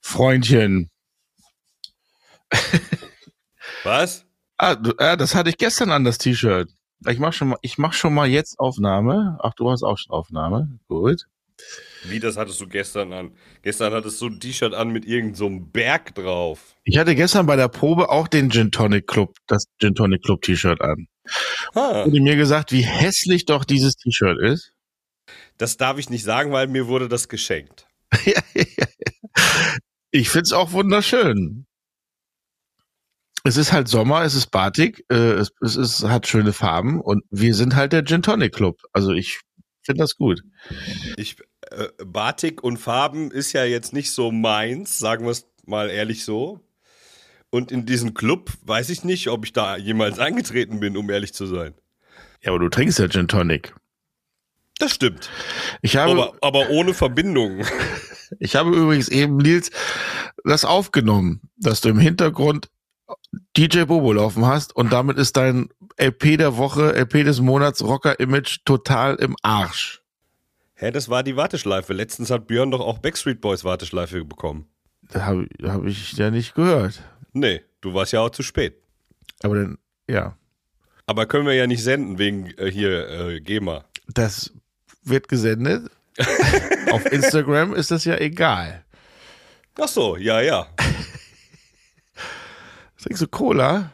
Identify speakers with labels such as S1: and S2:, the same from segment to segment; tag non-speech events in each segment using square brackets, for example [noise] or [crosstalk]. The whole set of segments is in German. S1: Freundchen.
S2: Was?
S1: Ah, du- ah, das hatte ich gestern an das T-Shirt. Ich mach schon mal, ich mach schon mal jetzt Aufnahme. Ach, du hast auch schon Aufnahme. Gut.
S2: Wie das hattest du gestern an? Gestern hattest du ein T-Shirt an mit irgendeinem so einem Berg drauf.
S1: Ich hatte gestern bei der Probe auch den Gin Tonic Club, das Gin Tonic Club T-Shirt an.
S2: Ha.
S1: Wurde mir gesagt, wie hässlich doch dieses T-Shirt ist. [laughs]
S2: Das darf ich nicht sagen, weil mir wurde das geschenkt.
S1: ich find's auch wunderschön. Es ist halt Sommer, es ist Batik, äh, es, es ist, hat schöne Farben und wir sind halt der Gin Tonic Club. Also ich finde das gut.
S2: Ich, äh, Batik und Farben ist ja jetzt nicht so meins, sagen wir es mal ehrlich so. Und in diesen Club weiß ich nicht, ob ich da jemals eingetreten bin, um ehrlich zu sein.
S1: Ja, aber du trinkst ja Gin Tonic.
S2: Das stimmt.
S1: Ich habe,
S2: Aber, aber ohne Verbindung.
S1: ich habe übrigens eben, Nils, das aufgenommen, dass du im Hintergrund DJ Bobo laufen hast und damit ist dein LP der Woche, LP des Monats, Rocker-Image total im Arsch.
S2: Hä, das war die Warteschleife. Letztens hat Björn doch auch Backstreet Boys Warteschleife bekommen.
S1: Da habe hab ich ja nicht gehört.
S2: Nee, du warst ja auch zu spät.
S1: Aber dann, ja,
S2: Aber können wir ja nicht senden wegen äh, hier äh, GEMA.
S1: das wird [laughs] gesendet. Auf Instagram ist das ja egal.
S2: Ach so, ja, ja.
S1: Trinkst du Cola?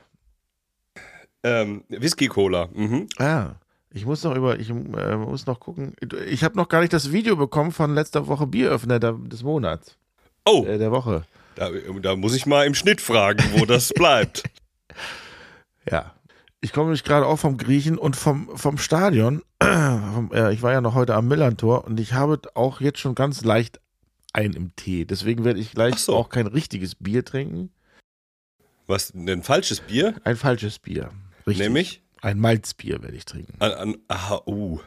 S2: Ähm, Whisky Cola. Mhm.
S1: Ah, ich muss noch über, ich äh, muss noch gucken. Ich habe noch gar nicht das Video bekommen von letzter Woche Bieröffner der, des Monats,
S2: Oh,
S1: äh, der Woche.
S2: da, äh, da muss ich mal im Schnitt fragen, wo [laughs] das bleibt.
S1: Ja. Ich komme nämlich gerade auch vom Griechen und vom, vom Stadion. [clears throat] Vom, äh, ich war ja noch heute am Millantor und ich habe auch jetzt schon ganz leicht ein im Tee. Deswegen werde ich gleich
S2: Ach so.
S1: auch kein richtiges Bier trinken.
S2: Was, ein falsches Bier?
S1: Ein falsches Bier. Richtig.
S2: Nämlich?
S1: Ein Malzbier werde ich trinken.
S2: An, an, aha, uh.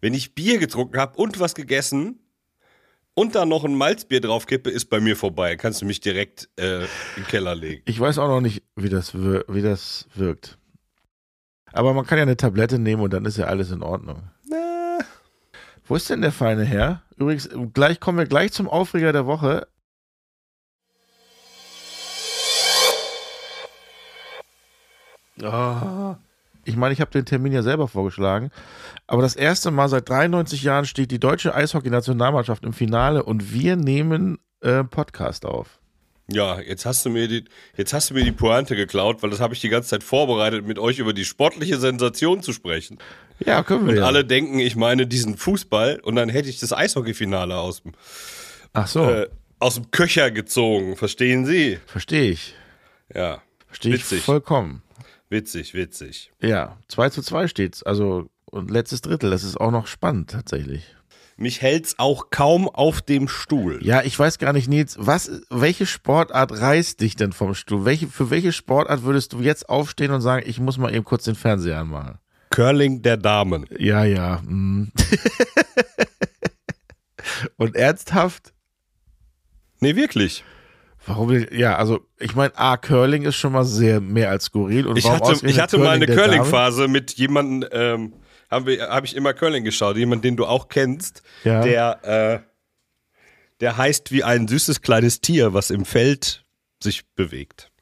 S2: Wenn ich Bier getrunken habe und was gegessen und dann noch ein Malzbier draufkippe, ist bei mir vorbei. Kannst du mich direkt äh, im Keller legen.
S1: Ich weiß auch noch nicht, wie das, wir- wie das wirkt. Aber man kann ja eine Tablette nehmen und dann ist ja alles in Ordnung.
S2: [laughs] Na,
S1: Wo ist denn der feine Herr? Übrigens, gleich kommen wir gleich zum Aufreger der Woche. Ah. Ich meine, ich habe den Termin ja selber vorgeschlagen, aber das erste Mal seit 93 Jahren steht die deutsche Eishockey-Nationalmannschaft im Finale und wir nehmen äh, Podcast auf.
S2: Ja, jetzt hast du mir die, jetzt hast du mir die Pointe geklaut, weil das habe ich die ganze Zeit vorbereitet, mit euch über die sportliche Sensation zu sprechen.
S1: Ja, können wir.
S2: Und
S1: ja.
S2: alle denken, ich meine diesen Fußball und dann hätte ich das Eishockeyfinale aus dem,
S1: Ach so,
S2: äh, aus dem Köcher gezogen. Verstehen Sie?
S1: verstehe ich.
S2: Ja,
S1: Verstehe ich
S2: witzig.
S1: vollkommen.
S2: witzig, witzig.
S1: Ja, 2 zu 2 steht's. Also, und letztes Drittel, das ist auch noch spannend tatsächlich.
S2: Mich hält's auch kaum auf dem Stuhl.
S1: Ja, ich weiß gar nicht, Nils, was, welche Sportart reißt dich denn vom Stuhl? Welche, für welche Sportart würdest du jetzt aufstehen und sagen, ich muss mal eben kurz den Fernseher anmachen?
S2: Curling der Damen.
S1: Ja, ja. mm.
S2: mhm.
S1: [laughs] und ernsthaft?
S2: Nee, wirklich.
S1: Warum? denn- Ja, also ich meine, A, Curling ist schon mal sehr mehr als skurril. Und
S2: Ich
S1: warum
S2: hatte,
S1: ausgerechnet
S2: ich hatte mal eine
S1: der Damen?
S2: Curling-Phase mit jemandem, ähm, habe hab ich immer Curling geschaut, jemand, den du auch kennst,
S1: Ja.
S2: der, äh, der heißt wie ein süßes kleines Tier, was im Feld sich bewegt.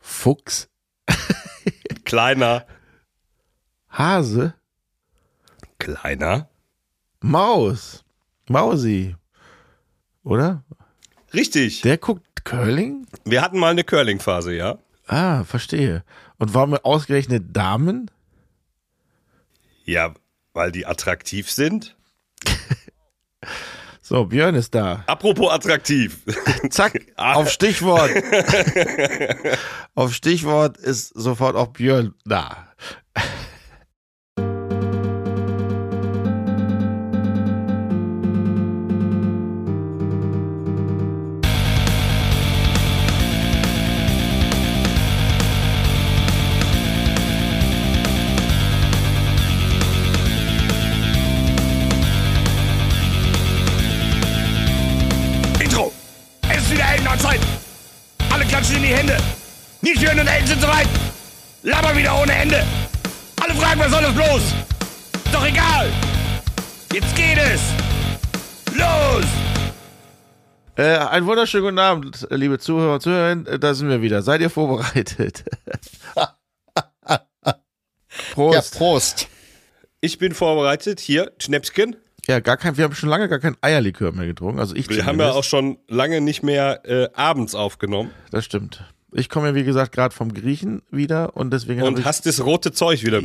S1: Fuchs,
S2: Kleiner.
S1: Hase,
S2: Kleiner?
S1: Maus, Mausi. Oder?
S2: Richtig.
S1: Der guckt Curling?
S2: Wir hatten mal eine Curling-Phase, ja?
S1: Ah, verstehe. Und warum ausgerechnet Damen?
S2: Ja, weil die attraktiv sind.
S1: So, Björn ist da.
S2: Apropos attraktiv. Ah.
S1: Zack, auf
S2: [laughs]
S1: Stichwort. auf Stichwort ist sofort auch Björn da.
S3: Intro. Es ist wieder Ellenmahlzeit. Alle klatschen in die Hände. Nicht hören und Ellen sind soweit. Labern wieder ohne Ende. Alle fragen, was soll das bloß? Ist Doch egal. Jetzt geht es. Los.
S1: Äh, einen wunderschönen guten Abend, liebe Zuhörer und Zuhörerinnen. Äh, Da sind wir wieder. Seid ihr vorbereitet? [laughs] Prost.
S4: Ja, Prost.
S2: Ich bin vorbereitet. Hier, Schnäpschen.
S1: Ja, gar kein, wir haben schon lange gar kein Eierlikör mehr getrunken. Also ich
S2: Wir haben ja
S1: zumindest.
S2: auch schon lange nicht mehr äh, abends aufgenommen.
S1: Das stimmt. Ich komme ja, wie gesagt, gerade vom Griechen wieder und deswegen
S2: Und
S1: hab
S2: hast das rote Zeug wieder
S1: ich,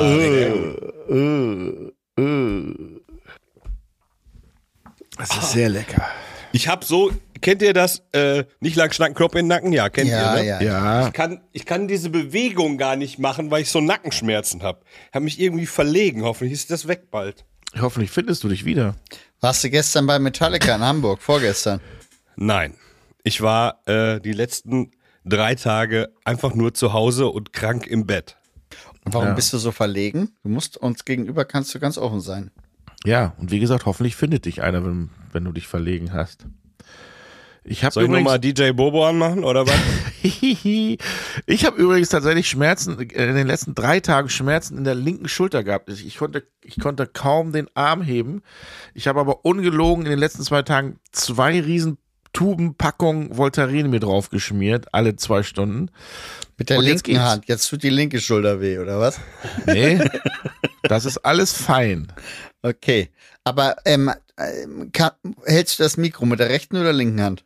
S1: ja. Äh, äh, äh. Das ist sehr lecker.
S2: Ich habe so, kennt ihr das? Äh, nicht lang schnacken, Knopf in den Nacken? Ja, kennt
S4: Ja,
S2: ihr, ne?
S4: ja.
S1: Ja,
S2: Ich kann, ich kann diese Bewegung gar nicht machen, weil ich so Nackenschmerzen habe. Hab mich irgendwie verlegen. Hoffentlich ist das weg bald.
S1: hoffentlich findest du dich wieder.
S4: Warst du gestern bei Metallica in Hamburg? Vorgestern.
S2: Nein. Ich war äh, die letzten drei Tage einfach nur zu Hause und krank im Bett.
S4: Und warum bist du so verlegen? Du musst uns gegenüber, kannst du ganz offen sein.
S1: Ja, und wie gesagt, hoffentlich findet dich einer, wenn, wenn du dich verlegen hast. Ich habe
S2: Soll ich
S1: übrigens,
S2: nochmal DJ Bobo anmachen oder was?
S1: [laughs] ich habe übrigens tatsächlich Schmerzen äh, in den letzten drei Tagen Schmerzen in der linken Schulter gehabt. Ich, ich konnte, ich konnte kaum den Arm heben. Ich habe aber ungelogen in den letzten zwei Tagen zwei riesen Tubenpackungen Voltaren mir drauf geschmiert, alle zwei Stunden.
S4: Mit der
S1: Und jetzt
S4: linken
S1: Oh, geht's.
S4: Hand. Jetzt tut die linke Schulter weh, oder was?
S2: [laughs]
S1: Nee, das ist alles fein.
S4: Okay. Aber ähm, ähm, kann, hältst du das Mikro mit der rechten oder linken Hand?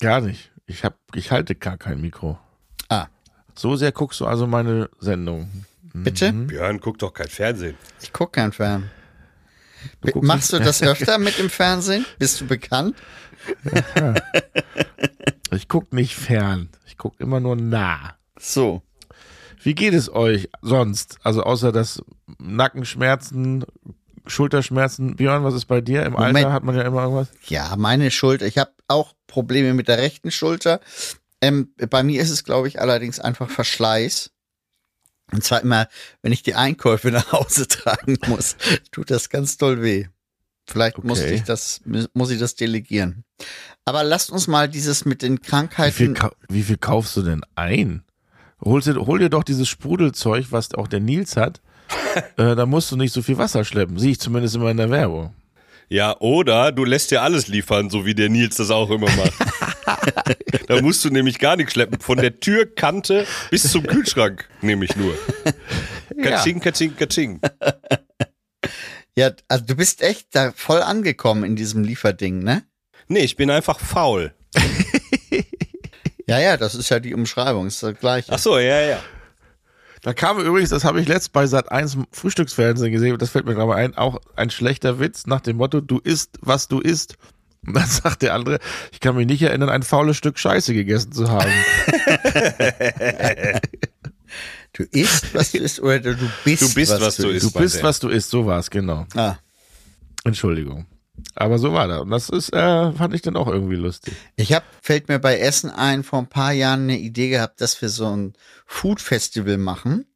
S1: Gar nicht. Ich, hab, ich halte gar kein Mikro.
S4: Ah,
S1: So sehr guckst du also meine Sendung.
S2: [laughs]
S4: bitte?
S1: Mhm.
S2: Björn, guck doch kein Fernsehen.
S4: Ich gucke kein Fernsehen.
S1: Du guckst
S4: Machst du
S1: [laughs]
S4: das öfter mit dem Fernsehen? Bist du bekannt?
S1: Ich guck nicht fern. Ich guck immer nur nah.
S4: So.
S1: Wie geht es euch sonst? Also außer das Nackenschmerzen, Schulterschmerzen. Björn, was ist bei dir? Im
S4: Moment.
S1: Alter hat man ja immer irgendwas.
S4: Ja, meine Schulter. Ich habe auch Probleme mit der rechten Schulter. Ähm, bei mir ist es, glaube ich, allerdings einfach Verschleiß. Und zwar immer, wenn ich die Einkäufe [laughs] nach Hause tragen muss, tut das ganz doll weh. Vielleicht muss
S1: Okay.
S4: ich das, muss ich das delegieren. Aber lasst uns mal dieses mit den
S1: Wie viel,
S4: Krankheiten.
S1: kau- wie viel kaufst du denn ein? Holst du, hol dir doch dieses Sprudelzeug, was auch der Nils hat. äh, da musst du nicht so viel Wasser schleppen. Sehe ich zumindest immer in der Werbung.
S2: Ja, oder du lässt dir alles liefern, so wie der Nils das auch immer macht. da musst du nämlich gar nichts schleppen. Von der Türkante bis zum Kühlschrank nehme ich nur. Katsching, katsching, katsching.
S4: Ja, also du bist echt da voll angekommen in diesem Lieferding, ne?
S2: Nee, ich bin einfach faul.
S4: Ja, ja, das ist ja die Umschreibung, ist das gleiche.
S2: Ach so, ja, ja.
S1: Da kam übrigens, das habe ich letzt bei Sat 1 Frühstücksfernsehen gesehen, das fällt mir gerade mal ein, auch ein schlechter Witz nach dem Motto, du isst, was du isst. [laughs] Und dann sagt der andere, ich kann mich nicht erinnern, ein faules Stück Scheiße gegessen zu haben.
S4: Du isst, was du isst, oder du bist,
S2: Du bist, was du
S1: du
S2: isst.
S1: bist,
S2: Mann,
S1: was du isst, so war es, genau.
S4: Ah.
S1: Entschuldigung. Aber so war das. Und das ist, äh, fand ich dann auch irgendwie lustig.
S4: Ich habe, fällt mir bei Essen ein, vor ein paar Jahren eine Idee gehabt, dass wir so ein Food Festival machen.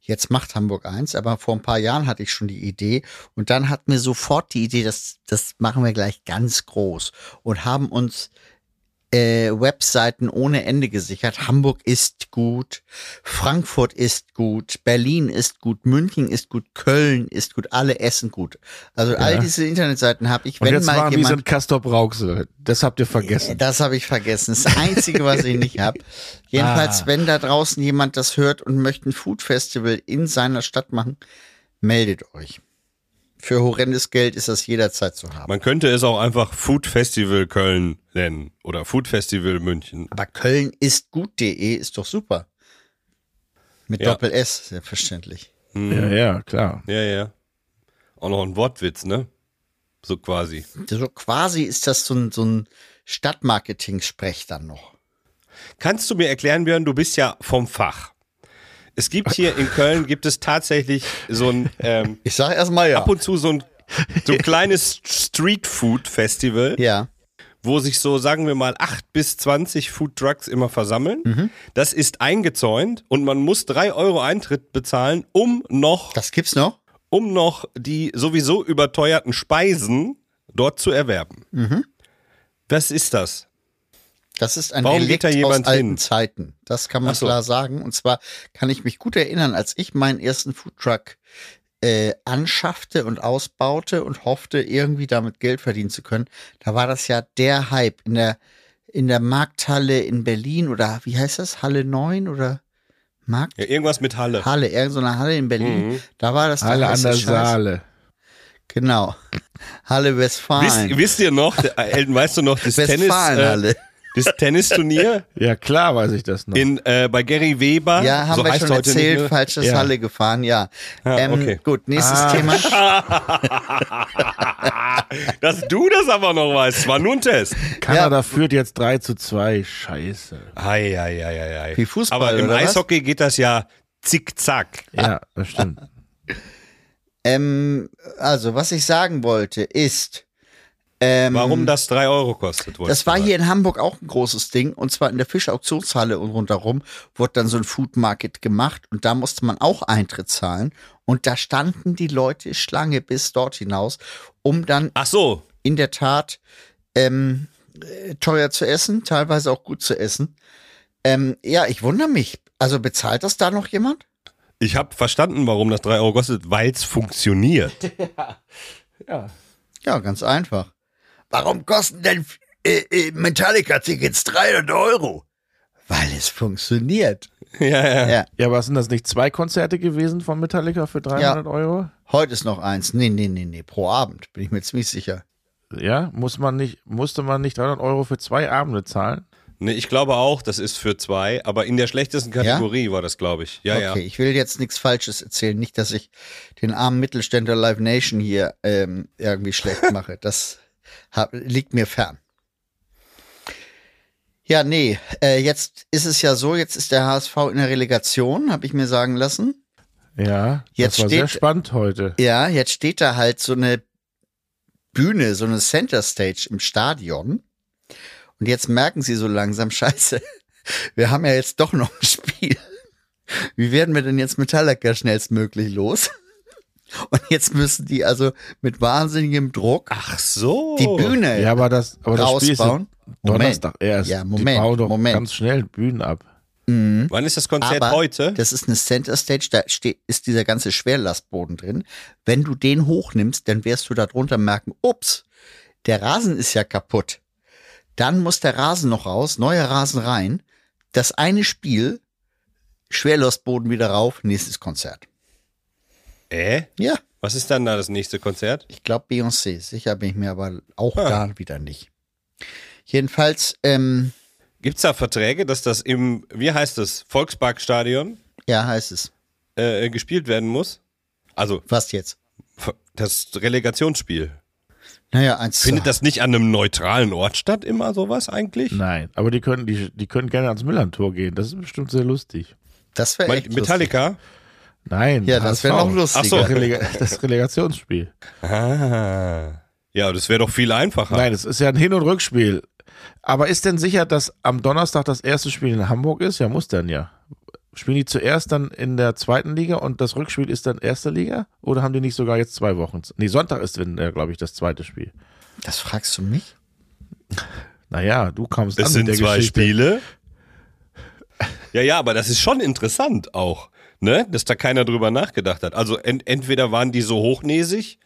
S4: Jetzt macht Hamburg eins, aber vor ein paar Jahren hatte ich schon die Idee und dann hat mir sofort die Idee, das, das machen wir gleich ganz groß und haben uns äh, Webseiten ohne Ende gesichert. Hamburg ist gut, Frankfurt ist gut, Berlin ist gut, München ist gut, Köln ist gut, alle essen gut. Also all diese Internetseiten habe ich,
S1: Und
S4: wenn
S1: jetzt
S4: mal
S1: waren die
S4: jemand
S1: so ein Castor Brauxel. Das habt ihr vergessen.
S4: das habe ich vergessen. Das Einzige, was ich nicht habe. Jedenfalls, wenn da draußen jemand das hört und möchte ein Food Festival in seiner Stadt machen, meldet euch. Für horrendes Geld ist das jederzeit zu haben.
S2: Man könnte es auch einfach Food Festival Köln nennen oder Food Festival München.
S4: Aber Köln ist gut.de ist doch super. Mit
S2: Ja.
S4: Doppel S, selbstverständlich.
S1: Ja, ja, klar.
S2: Ja, ja. Auch noch ein Wortwitz, ne? So quasi.
S4: So quasi ist das so ein, so ein Stadtmarketing-Sprech dann noch.
S2: Kannst du mir erklären, Björn, du bist ja vom Fach. Es gibt hier in Köln, gibt es tatsächlich so ein, ähm,
S4: Ich sage erstmal ja.
S2: ab und zu so ein, so ein kleines Street-Food-Festival,
S4: Ja.
S2: wo sich so, sagen wir mal, 8 bis 20 Food-Trucks immer versammeln.
S4: Mhm.
S2: Das ist eingezäunt und man muss 3 Euro Eintritt bezahlen, um noch,
S4: Das gibt's noch?
S2: um noch die sowieso überteuerten Speisen dort zu erwerben.
S4: Mhm.
S2: Was ist das?
S4: Das ist ein
S2: Warum
S4: Relikt
S2: geht da jemand
S4: aus alten
S2: hin?
S4: Zeiten. Das kann man
S2: Ach so.
S4: klar sagen. Und zwar kann ich mich gut erinnern, als ich meinen ersten Foodtruck äh, anschaffte und ausbaute und hoffte, irgendwie damit Geld verdienen zu können, da war das ja der Hype in der, in der Markthalle in Berlin oder wie heißt das? Halle 9 oder Markt?
S2: Ja, irgendwas mit Halle.
S4: Halle, irgendeine so eine Halle in Berlin.
S2: Mhm.
S4: Da war das
S1: Alle an
S4: heiße
S1: der
S4: Scheiß.
S1: Saale.
S4: Genau. [laughs] Halle Westfalen.
S2: Wisst, wisst ihr noch, der- äh, Elton, weißt du noch, das Tennis, äh,
S4: Westfalenhalle.
S2: das Tennisturnier
S1: Ja, klar weiß ich das noch.
S2: in, äh, bei Gary Weber?
S4: ja, haben
S2: so
S4: wir
S2: heißt
S4: schon
S2: er heute
S4: erzählt,
S2: nicht mehr.
S4: falsches
S1: Ja.
S4: Halle gefahren, ja. ähm,
S2: okay. Ah.
S4: Gut,
S2: [laughs]
S4: nächstes Thema.
S2: Dass du das aber noch weißt, war nur ein Test.
S1: Kanada führt jetzt 3 zu 2. Scheiße.
S2: Ei, ei, ei, ei, ei.
S4: Wie Fußball,
S2: Aber im
S4: oder was?
S2: Eishockey geht das ja zickzack.
S4: Ah.
S1: Ja, das stimmt.
S4: Ähm, also, was ich sagen wollte, ist, ähm,
S2: Warum das 3 Euro kostet? wollte
S4: das
S2: ich
S4: war
S2: sagen.
S4: hier in Hamburg auch ein großes Ding. Und zwar in der Fischauktionshalle und rundherum wurde dann so ein Food Market gemacht. Und da musste man auch Eintritt zahlen. Und da standen die Leute Schlange bis dort hinaus, um dann
S2: Ach so,
S4: in der Tat ähm, äh, teuer zu essen, teilweise auch gut zu essen. Ähm, ja, ich wundere mich. Also bezahlt das da noch jemand?
S2: ich habe verstanden, warum das 3 Euro kostet, weil es funktioniert.
S4: Ja, ganz einfach. Warum kosten denn äh, äh, Metallica-Tickets 300 Euro? Weil es funktioniert.
S2: ja, ja.
S4: [laughs] Ja,
S1: Ja, aber sind das nicht zwei Konzerte gewesen von Metallica für 300 Euro?
S4: heute ist noch eins. Nee, nee, nee, nee, pro Abend, bin ich mir ziemlich sicher.
S1: Ja, muss man nicht, musste man nicht 300 Euro für zwei Abende zahlen?
S2: Nee, ich glaube auch, das ist für zwei, aber in der schlechtesten Kategorie war das, glaube ich. Ja,
S4: okay, ich will jetzt nichts Falsches erzählen. Nicht, dass ich den armen Mittelständler Live Nation hier ähm,
S2: [laughs]
S4: irgendwie schlecht mache. Das hab, liegt mir fern. Ja, nee, äh, jetzt ist es ja so, jetzt ist der HSV in der Relegation, habe ich mir sagen lassen.
S1: Ja,
S4: Jetzt
S1: das war sehr
S4: steht-
S1: spannend heute.
S4: Ja, jetzt steht da halt so eine Bühne, so eine Center Stage im Stadion. Und jetzt merken sie so langsam, [laughs] scheiße, wir haben ja jetzt doch noch ein Spiel. Wie werden wir denn jetzt Metallica schnellstmöglich los? Und jetzt müssen die also mit wahnsinnigem Druck
S2: ja. Ach so.
S4: die Bühne
S1: Ja, aber das, aber das Spiel ist
S4: rausbauen.
S1: Donnerstag
S4: Moment.
S1: erst.
S4: Ja,
S1: Die
S4: Moment,
S1: bauen doch
S4: Moment.
S1: ganz schnell Bühnen ab.
S2: Wann ist das Konzert
S4: Aber
S2: heute?
S4: das ist eine Center Stage, da steht, ist dieser ganze Schwerlastboden drin. Wenn du den hochnimmst, dann wirst du darunter merken, ups, der Rasen ist ja kaputt. Dann muss der Rasen noch raus, neuer Rasen rein. Das eine Spiel, Schwerlastboden wieder rauf, nächstes Konzert.
S2: Äh?
S4: Ja,
S2: Was ist dann da das nächste Konzert?
S4: ich glaube Beyoncé, sicher bin ich mir aber auch
S2: Ah.
S4: da wieder nicht. Jedenfalls, ähm,
S2: Gibt's da Verträge, dass das im, wie heißt das, Volksparkstadion
S4: ja, heißt es.
S2: äh, gespielt werden muss? Also
S4: Was jetzt?
S2: das Relegationsspiel.
S4: Naja, eins zu
S2: Findet das nicht an einem neutralen Ort statt, immer sowas eigentlich?
S1: Nein, aber die können, die, die können gerne ans Millantor gehen. Das ist bestimmt sehr lustig.
S4: Das wäre
S2: Mein-
S4: echt lustig.
S2: Metallica?
S1: [laughs] Nein.
S4: Ja, das wäre
S1: HSV.
S4: noch lustiger.
S2: Ach so.
S1: Das Relega das Relegationsspiel.
S2: Ah. Ja, das wäre doch viel einfacher.
S1: Nein, es ist ja ein Hin- und Rückspiel. Aber ist denn sicher, dass am Donnerstag das erste Spiel in Hamburg ist? Ja, muss dann ja. Spielen die zuerst dann in der zweiten Liga und das Rückspiel ist dann erste Liga? Oder haben die nicht sogar jetzt zwei Wochen? Nee, Sonntag ist, wenn, äh, glaube ich, das zweite Spiel.
S4: Das fragst du mich?
S1: Naja, du kamst
S2: Es
S1: an
S2: sind
S1: mit der
S2: zwei
S1: Geschichte.
S2: Spiele. Ja, ja, aber das ist schon interessant auch, ne? dass da keiner drüber nachgedacht hat. Also ent entweder waren die so hochnäsig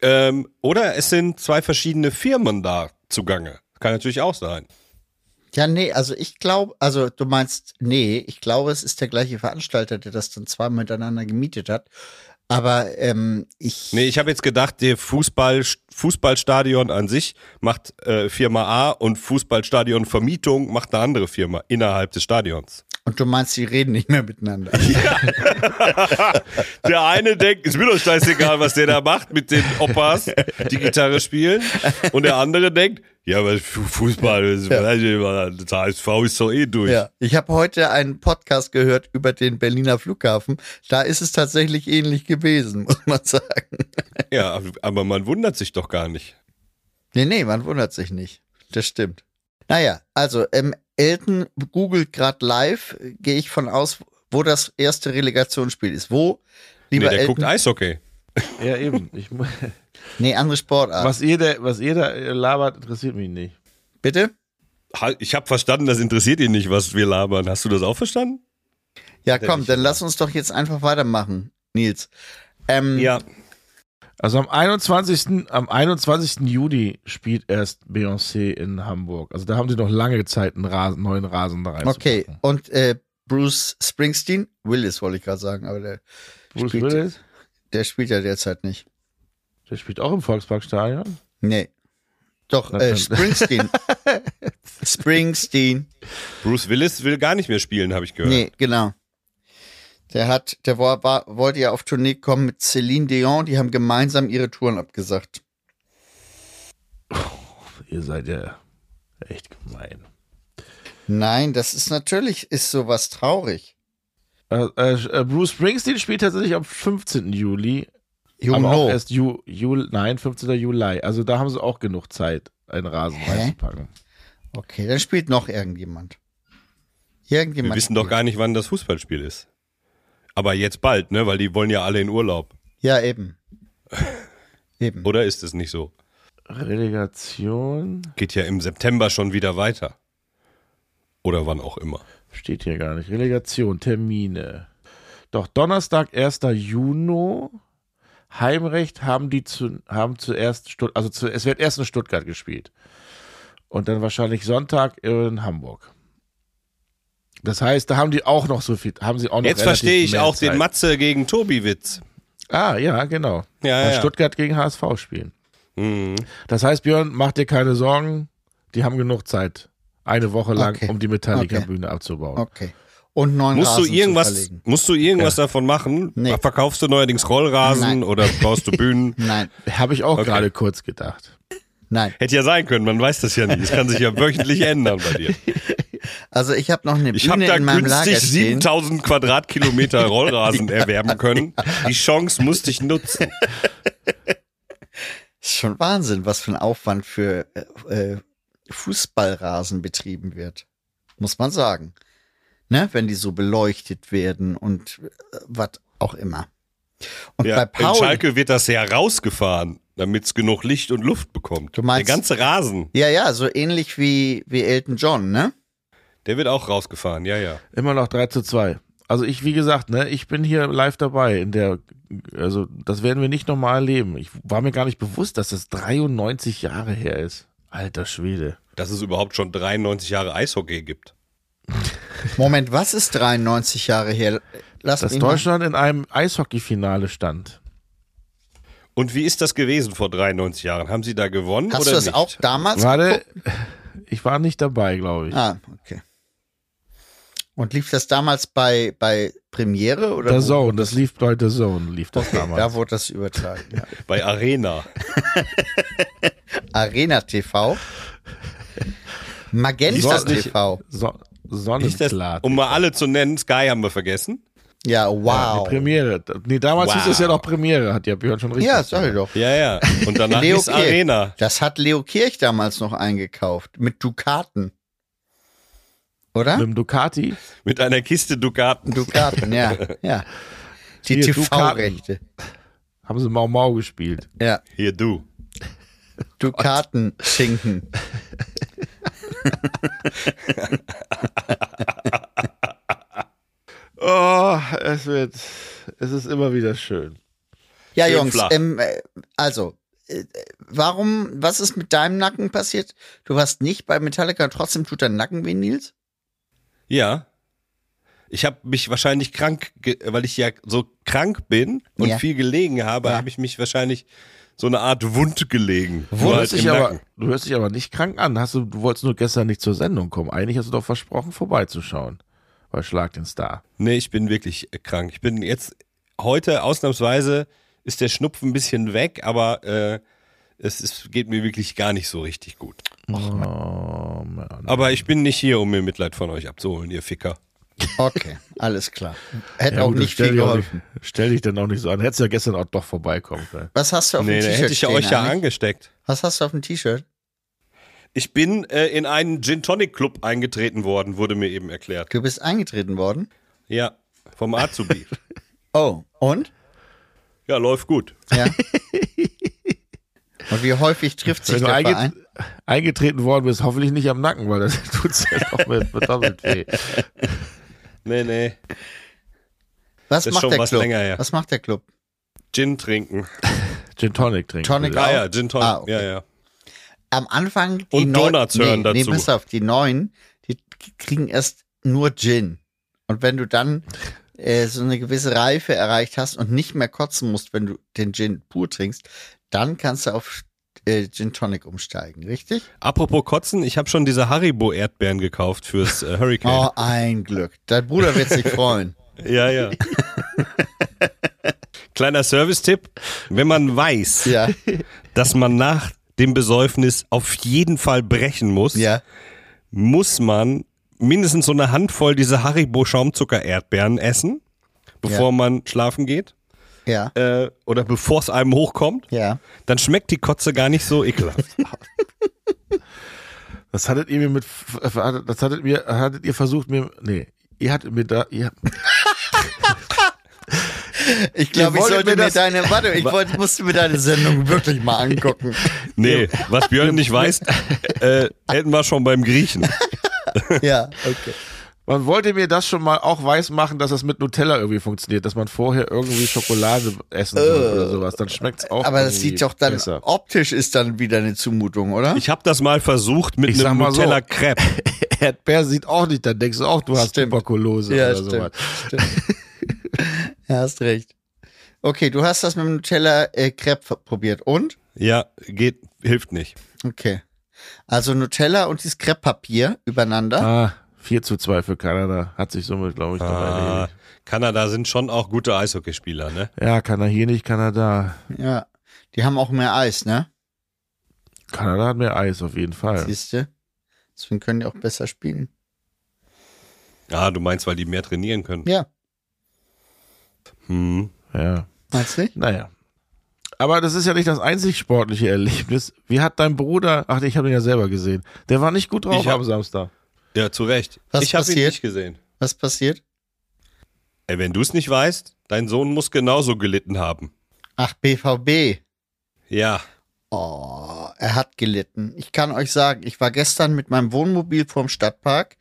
S2: ähm, oder es sind zwei verschiedene Firmen da zugange. Kann natürlich auch sein.
S4: Ja, nee, also ich glaube, also du meinst, nee, ich glaube, es ist der gleiche Veranstalter, der das dann zweimal miteinander gemietet hat. Aber ähm, ich,
S2: Nee, ich habe jetzt gedacht, der Fußball Fußballstadion an sich macht äh, Firma A und Fußballstadion Vermietung macht eine andere Firma innerhalb des Stadions.
S4: und du meinst, die reden nicht mehr miteinander.
S2: [laughs] Der eine denkt, ist mir doch scheißegal, was der da macht mit den Opas, die Gitarre spielen. Und der andere denkt, ja, aber Fu- Fußball, das das HSV ist doch eh durch.
S4: ja. Ich habe heute einen Podcast gehört über den Berliner Flughafen. Da ist es tatsächlich ähnlich gewesen, [laughs] muss man sagen.
S2: Ja, aber man wundert sich doch gar nicht.
S4: Nee, nee, man wundert sich nicht. Das stimmt. Naja, also, ähm, Elton googelt gerade live, äh, gehe ich von aus, wo das erste Relegationsspiel ist. Wo?
S2: Nee,
S4: Lieber
S2: der
S4: Elton.
S2: guckt Eishockey.
S1: Ja, eben. Ich,
S2: [laughs]
S1: mu- [laughs]
S4: nee, andere Sportart.
S1: was, ihr da, was ihr da äh, labert, interessiert mich nicht.
S4: Bitte?
S2: Halt, Ich habe verstanden, das interessiert ihn nicht, was wir labern. Hast du das auch verstanden?
S4: Ja,
S2: Der
S4: komm,
S2: Michael.
S4: dann lass uns doch jetzt einfach weitermachen, Nils. Ähm,
S2: Ja.
S1: Also am 21. am 21. Juni spielt erst Beyoncé in Hamburg. Also da haben sie noch lange Zeit einen Rasen, neuen Rasen da rein.
S4: Okay, und äh, Bruce Springsteen, Willis wollte ich gerade sagen, aber der,
S1: Bruce
S4: spielt-
S1: Willis,
S4: der spielt ja derzeit nicht.
S1: der spielt auch im Volksparkstadion.
S4: Nee. Doch,
S1: Na
S4: äh,
S1: dann. [laughs]
S4: Springsteen. Springsteen.
S2: Bruce Willis will gar nicht mehr spielen, habe ich gehört.
S4: Nee, genau. Der hat, der war, war, wollte ja auf Tournee kommen mit Celine Dion, die haben gemeinsam ihre Touren abgesagt.
S1: Ihr seid ja echt gemein.
S4: Nein, das ist natürlich, ist sowas traurig.
S1: Äh, äh, Bruce Springsteen spielt tatsächlich am 15. Juli.
S4: You
S1: aber auch
S4: know.
S1: erst Ju, Jul, nein, 15. Juli. Also da haben sie auch genug Zeit, einen Rasen
S4: Hä?
S1: reinzupacken.
S4: Okay, dann spielt noch irgendjemand.
S2: Wir
S4: Irgendjemand.
S2: wissen doch gar nicht, wann das Fußballspiel ist. Aber jetzt bald, ne? Weil die wollen ja alle in Urlaub. [laughs]
S4: Ja, eben. eben.
S2: Oder ist es nicht so?
S1: Relegation
S2: Geht ja im September schon wieder weiter. Oder wann auch immer.
S1: steht hier gar nicht. Relegation, Termine. Doch Donnerstag, 1. Juni. Heimrecht haben die zu, haben zuerst Stutt also zu, es wird erst in Stuttgart gespielt. Und dann wahrscheinlich Sonntag in Hamburg. Das heißt, da haben die auch noch so viel, haben sie auch noch
S2: Jetzt
S1: relativ
S2: verstehe ich
S1: mehr
S2: auch
S1: Zeit.
S2: den Matze gegen Tobi-Witz.
S1: Ah, ja, genau.
S2: Ja,
S1: Weil
S2: ja.
S1: Stuttgart gegen HSV spielen.
S2: Mhm.
S1: Das heißt, Björn, mach dir keine Sorgen. Die haben genug Zeit. Eine Woche lang,
S4: Okay.
S1: um die Metallica-Bühne abzubauen.
S4: Okay. Und neun
S2: Musst, du
S4: Rasen zu
S2: irgendwas,
S4: verlegen.
S2: musst du irgendwas davon machen?
S4: Nee.
S2: Verkaufst du neuerdings Rollrasen
S4: Nein.
S2: oder baust du Bühnen?
S4: Nein,
S1: Habe ich auch
S2: Okay.
S1: gerade kurz gedacht.
S4: nein.
S2: Hätte ja sein können, man weiß das ja nicht. Es kann sich ja wöchentlich ändern bei dir.
S4: Also ich habe noch eine
S2: Ich habe
S4: Bühne
S2: da
S4: in meinem Lager
S2: günstig
S4: stehen.
S2: 7000 Quadratkilometer
S4: [laughs]
S2: Rollrasen [laughs] erwerben können. Die Chance musste ich nutzen.
S4: Ist schon Wahnsinn, was für ein Aufwand für äh, äh, Fußballrasen betrieben wird. Muss man sagen. Ne? Wenn die so beleuchtet werden und äh, was auch immer. [laughs] Und
S2: Ja,
S4: bei
S2: in
S4: Paul.
S2: Schalke wird das ja rausgefahren, damit es genug Licht und Luft bekommt.
S4: Du meinst-
S2: der ganze Rasen,
S4: Ja, ja, so ähnlich wie, wie Elton John, ne?
S2: der wird auch rausgefahren, ja, ja.
S1: Immer noch 3 zu 2. Also ich, wie gesagt, ne, ich bin hier live dabei in der, also das werden wir nicht nochmal erleben. Ich war mir gar nicht bewusst, dass das 93 Jahre her ist. Alter Schwede.
S2: Dass es überhaupt schon 93 Jahre Eishockey gibt.
S4: Moment, was ist 93 Jahre her? Lass
S1: Dass
S4: mich mal-
S1: Deutschland in einem Eishockeyfinale stand.
S2: Und wie ist das gewesen vor 93 Jahren? Haben sie da gewonnen
S4: Hast
S2: oder
S4: du das
S2: nicht?
S4: auch damals?
S1: Warte, ich war nicht dabei, glaube ich.
S4: Ah, okay. Und lief das damals bei, bei Premiere oder?
S1: Der
S4: wo?
S1: Zone, das lief bei der Zone, lief das damals.
S4: Da wurde das übertragen. Ja.
S2: Bei
S4: [laughs]
S2: Arena.
S4: Arena TV.
S2: Hieß
S4: Magenta
S2: das nicht-
S4: TV.
S1: So
S2: Ist das,
S1: Sonnenklar.
S2: um mal alle zu nennen, Sky haben wir vergessen.
S1: Ja,
S4: Ja, wow.
S1: die Premiere. Nee, damals
S2: Wow.
S1: hieß es ja noch Premiere, hat ja Björn schon richtig
S4: Ja, sag ich doch.
S2: Ja, ja. Und danach
S4: [laughs] Leo
S2: ist Arena.
S4: Das hat Leo Kirch damals noch eingekauft. Mit Dukaten. Oder?
S1: Mit dem Ducati.
S2: Mit einer Kiste Dukaten.
S1: [laughs]
S4: Dukaten, ja. ja. Die
S1: Hier,
S4: TV-Rechte.
S1: Haben sie Mau Mau gespielt.
S4: Ja.
S2: Hier, du. [laughs]
S4: Dukaten-Schinken.
S1: Oh, es wird. Es ist immer wieder schön.
S4: Ja,
S2: Schön
S4: Jungs,
S2: flach.
S4: ähm, äh, also, äh, warum, was ist mit deinem Nacken passiert? Du warst nicht bei Metallica und trotzdem tut dein Nacken weh, Nils?
S2: Ja. Ich habe mich wahrscheinlich krank, ge- weil ich ja so krank bin und
S4: Ja.
S2: viel gelegen habe, habe ich mich wahrscheinlich so eine Art Wund gelegen.
S1: Du
S2: Nur
S1: hörst,
S2: halt
S1: dich
S2: im
S1: aber,
S2: Nacken.
S1: du hörst dich aber nicht krank an. Hast du, du wolltest nur gestern nicht zur Sendung kommen. Eigentlich hast du doch versprochen, vorbeizuschauen. Bei Schlag den Star.
S2: Nee, ich bin wirklich äh, krank. Ich bin jetzt heute ausnahmsweise ist der Schnupfen ein bisschen weg, aber äh, es ist, geht mir wirklich gar nicht so richtig gut.
S1: Oh, Mann.
S2: Aber ich bin nicht hier, um mir Mitleid von euch abzuholen, ihr Ficker.
S4: Okay, [laughs] alles klar. Hätte
S1: Ja,
S4: auch
S1: gut, dann
S4: nicht
S1: stell
S4: viel
S1: dich auch
S4: geholfen.
S1: nicht- Stell dich dann auch nicht so an. Hättest ja gestern auch doch vorbeikommen können.
S4: Was hast du auf
S2: Nee,
S4: dem
S2: da
S4: T-Shirt?
S2: hätte ich ja
S4: stehen halt.
S2: euch ja
S4: eigentlich?
S2: angesteckt.
S4: Was hast du auf dem T-Shirt?
S2: Ich bin äh, in einen Gin Tonic Club eingetreten worden, wurde mir eben erklärt.
S4: Du bist eingetreten worden.
S2: Ja, vom Azubi.
S4: Oh, und?
S2: [laughs] ja, läuft gut. [laughs]
S4: Ja. und wie häufig trifft sich
S2: Also
S1: Wenn du einge
S4: der Verein?
S1: eingetreten worden bist, hoffentlich nicht am Nacken, weil das [laughs] tut's ja noch mit verdoppelt weh.
S2: Nee, nee.
S4: Was
S2: ist
S4: macht
S2: schon
S4: der
S2: was
S4: Club?
S2: länger her.
S4: Was macht der Club?
S2: Gin trinken.
S1: Gin Tonic trinken.
S4: Tonic
S1: vielleicht.
S2: Ja,
S4: Auch?
S2: ja, Gin Tonic.
S4: Ah, okay.
S2: Ja, ja.
S4: Am Anfang die
S2: Und
S4: Neu-
S2: Donuts hören
S4: nee,
S2: dazu.
S4: Nee, pass auf, die neuen, die kriegen erst nur Gin. Und wenn du dann äh, so eine gewisse Reife erreicht hast und nicht mehr kotzen musst, wenn du den Gin pur trinkst, dann kannst du auf äh, Gin Tonic umsteigen, richtig?
S2: Apropos Kotzen, ich habe schon diese Haribo-Erdbeeren gekauft fürs äh, Hurricane.
S4: Oh, ein Glück. Dein Bruder wird sich freuen.
S2: [laughs] Ja, [laughs] ja. Kleiner Service-Tipp, wenn man weiß,
S4: Ja,
S2: dass man nach dem Besäufnis auf jeden Fall brechen muss,
S4: ja.
S2: muss man mindestens so eine Handvoll diese Haribo-Schaumzucker-Erdbeeren essen, bevor
S4: Ja.
S2: man schlafen geht
S4: Ja,
S2: äh, oder bevor es einem hochkommt.
S4: ja.
S2: Dann schmeckt die Kotze gar nicht so ekelhaft.
S1: Das hattet ihr mir mit, das hattet mir, hattet ihr versucht mir, nee, ihr hattet mir da, ihr,
S4: Ich glaube, ich
S1: wolltet
S4: sollte
S1: mir
S4: mir,
S1: das-
S4: deine, warte,
S2: [laughs]
S4: ich wollte, musste mir deine Sendung wirklich mal angucken.
S2: Nee, was Björn nicht weiß, äh, hätten wir schon beim Griechen.
S4: Ja, okay.
S1: man wollte mir das schon mal auch weiß machen, dass das mit Nutella irgendwie funktioniert, dass man vorher irgendwie Schokolade essen soll oder sowas, dann schmeckt's auch
S4: Äh, Aber das
S1: irgendwie
S2: Oh,
S4: sieht doch dann,
S1: besser.
S4: optisch ist dann wieder eine Zumutung, oder?
S2: Ich habe das mal versucht mit
S1: Ich sag
S2: einem
S1: mal so.
S2: Nutella-Crepe.
S1: [laughs] Erdbeer sieht auch nicht, dann denkst du auch, du hast
S4: Stimmt.
S1: Tuberkulose
S4: Ja,
S1: oder sowas.
S4: [laughs] ja, hast recht. Okay, du hast das mit dem Nutella äh, Crepe ver- probiert und?
S2: Ja, geht, hilft nicht.
S4: Okay. Also Nutella und dieses Crepe-Papier übereinander.
S1: Ah, 4 zu 2 für Kanada, hat sich somit, glaube ich, noch
S2: Ah,
S1: erledigt.
S2: Kanada sind schon auch gute Eishockeyspieler, ne?
S1: Ja, kann er hier nicht, kann er da.
S4: Ja. Die haben auch mehr Eis, ne?
S1: Kanada hat mehr Eis auf jeden Fall.
S4: Siehst du? Deswegen können die auch besser spielen.
S2: Ah, du meinst, weil die mehr trainieren können.
S4: Ja,
S2: Hm.
S1: Ja.
S4: meinst du nicht?
S1: Naja. Aber das ist ja nicht das einzig sportliche Erlebnis. Wie hat dein Bruder, ach, ich habe ihn ja selber gesehen, der war nicht gut drauf
S2: Ich hab-
S1: am Samstag.
S2: Ja, zu Recht.
S4: Was
S2: ich habe ihn
S4: passiert?
S2: nicht gesehen.
S4: Was passiert?
S2: Ey, wenn du es nicht weißt, dein Sohn muss genauso gelitten haben.
S4: Ach, BVB.
S2: Ja.
S4: Oh, er hat gelitten. Ich kann euch sagen, ich war gestern mit meinem Wohnmobil vorm Stadtpark,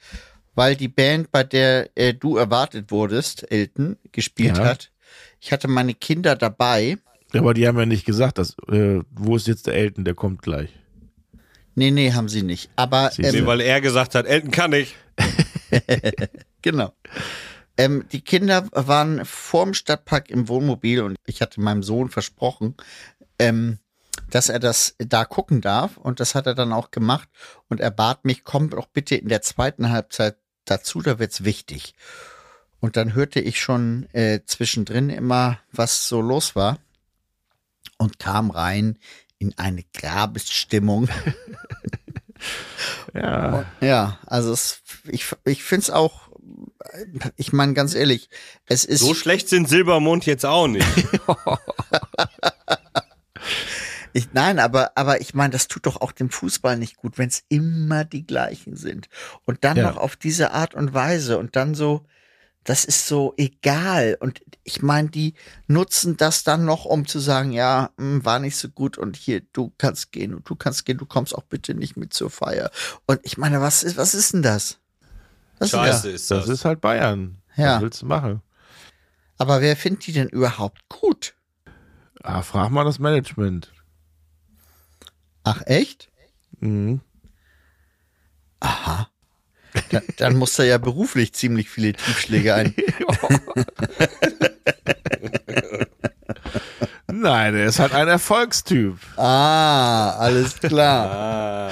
S4: weil die Band, bei der äh, du erwartet wurdest, Elton, gespielt
S1: Ja.
S4: hat. Ich hatte meine Kinder dabei.
S1: Aber die haben ja nicht gesagt, dass, äh, wo ist jetzt der Elton, der kommt gleich.
S4: Nee, nee, haben sie nicht. Aber
S1: Sie
S2: Nee,
S4: ähm,
S2: weil er gesagt hat, Elton kann ich.
S4: genau. Ähm, die Kinder waren vorm Stadtpark im Wohnmobil und ich hatte meinem Sohn versprochen, ähm, dass er das da gucken darf und das hat er dann auch gemacht und er bat mich, komm doch bitte in der zweiten Halbzeit dazu, da wird's wichtig. Und dann hörte ich schon äh, zwischendrin immer, was so los war und kam rein in eine Grabesstimmung.
S1: Ja.
S4: Ja, also es, ich, ich finde es auch, ich meine ganz ehrlich, es ist,
S2: So schlecht sind Silbermond jetzt auch nicht.
S4: ich, nein, aber, aber ich meine, das tut doch auch dem Fußball nicht gut, wenn es immer die gleichen sind. Und dann
S1: Ja.
S4: noch auf diese Art und Weise und dann so, das ist so egal. Und ich meine, die nutzen das dann noch, um zu sagen, ja, hm, war nicht so gut und hier, du kannst gehen und du kannst gehen, du kommst auch bitte nicht mit zur Feier. Und ich meine, was ist, was ist denn das? Was denn das?
S2: Scheiße ist das.
S1: Das ist halt Bayern.
S4: Ja.
S1: Was willst du machen?
S4: Aber wer findet die denn überhaupt gut?
S1: Ah, frag mal das Management.
S4: Ach echt?
S1: Mhm. [laughs]
S4: Dann, dann muss er ja beruflich ziemlich viele
S1: [laughs]
S4: Tiefschläge ein.
S1: Nein, er ist halt ein Erfolgstyp.
S4: Ah, alles
S2: ah.
S4: klar.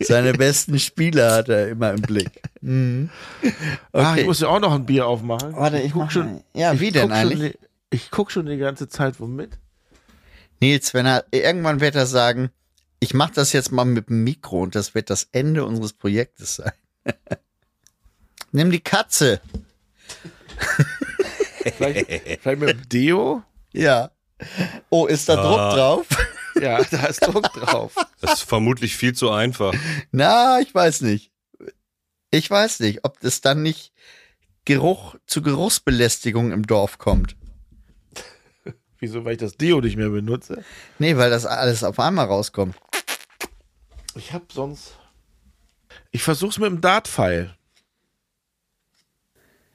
S4: Seine besten Spieler hat er immer im Blick. Mhm.
S1: Ach, Ah, ich
S4: Okay.
S1: muss ja auch noch ein Bier aufmachen.
S4: Warte, ich mach schon. Ja,
S1: ich
S4: wie denn
S1: guck schon
S4: eigentlich?
S1: die- Ich guck schon die ganze Zeit womit.
S4: Nils, wenn er irgendwann wird er sagen, ich mache das jetzt mal mit dem Mikro und das wird das Ende unseres Projektes sein. [laughs] Nimm die Katze. [laughs]
S1: Vielleicht, vielleicht mit dem Deo?
S4: Ja. Oh, ist da
S2: Ah.
S4: Druck drauf?
S1: Ja, da ist Druck drauf.
S2: Das ist vermutlich viel zu einfach.
S4: Na, ich weiß nicht. Ich weiß nicht, ob das dann nicht Geruch zu Geruchsbelästigung im Dorf kommt.
S1: [laughs] Wieso, weil ich das Deo nicht mehr benutze?
S4: Nee, weil das alles auf einmal rauskommt.
S1: Ich hab sonst. Ich versuch's mit dem Dartpfeil.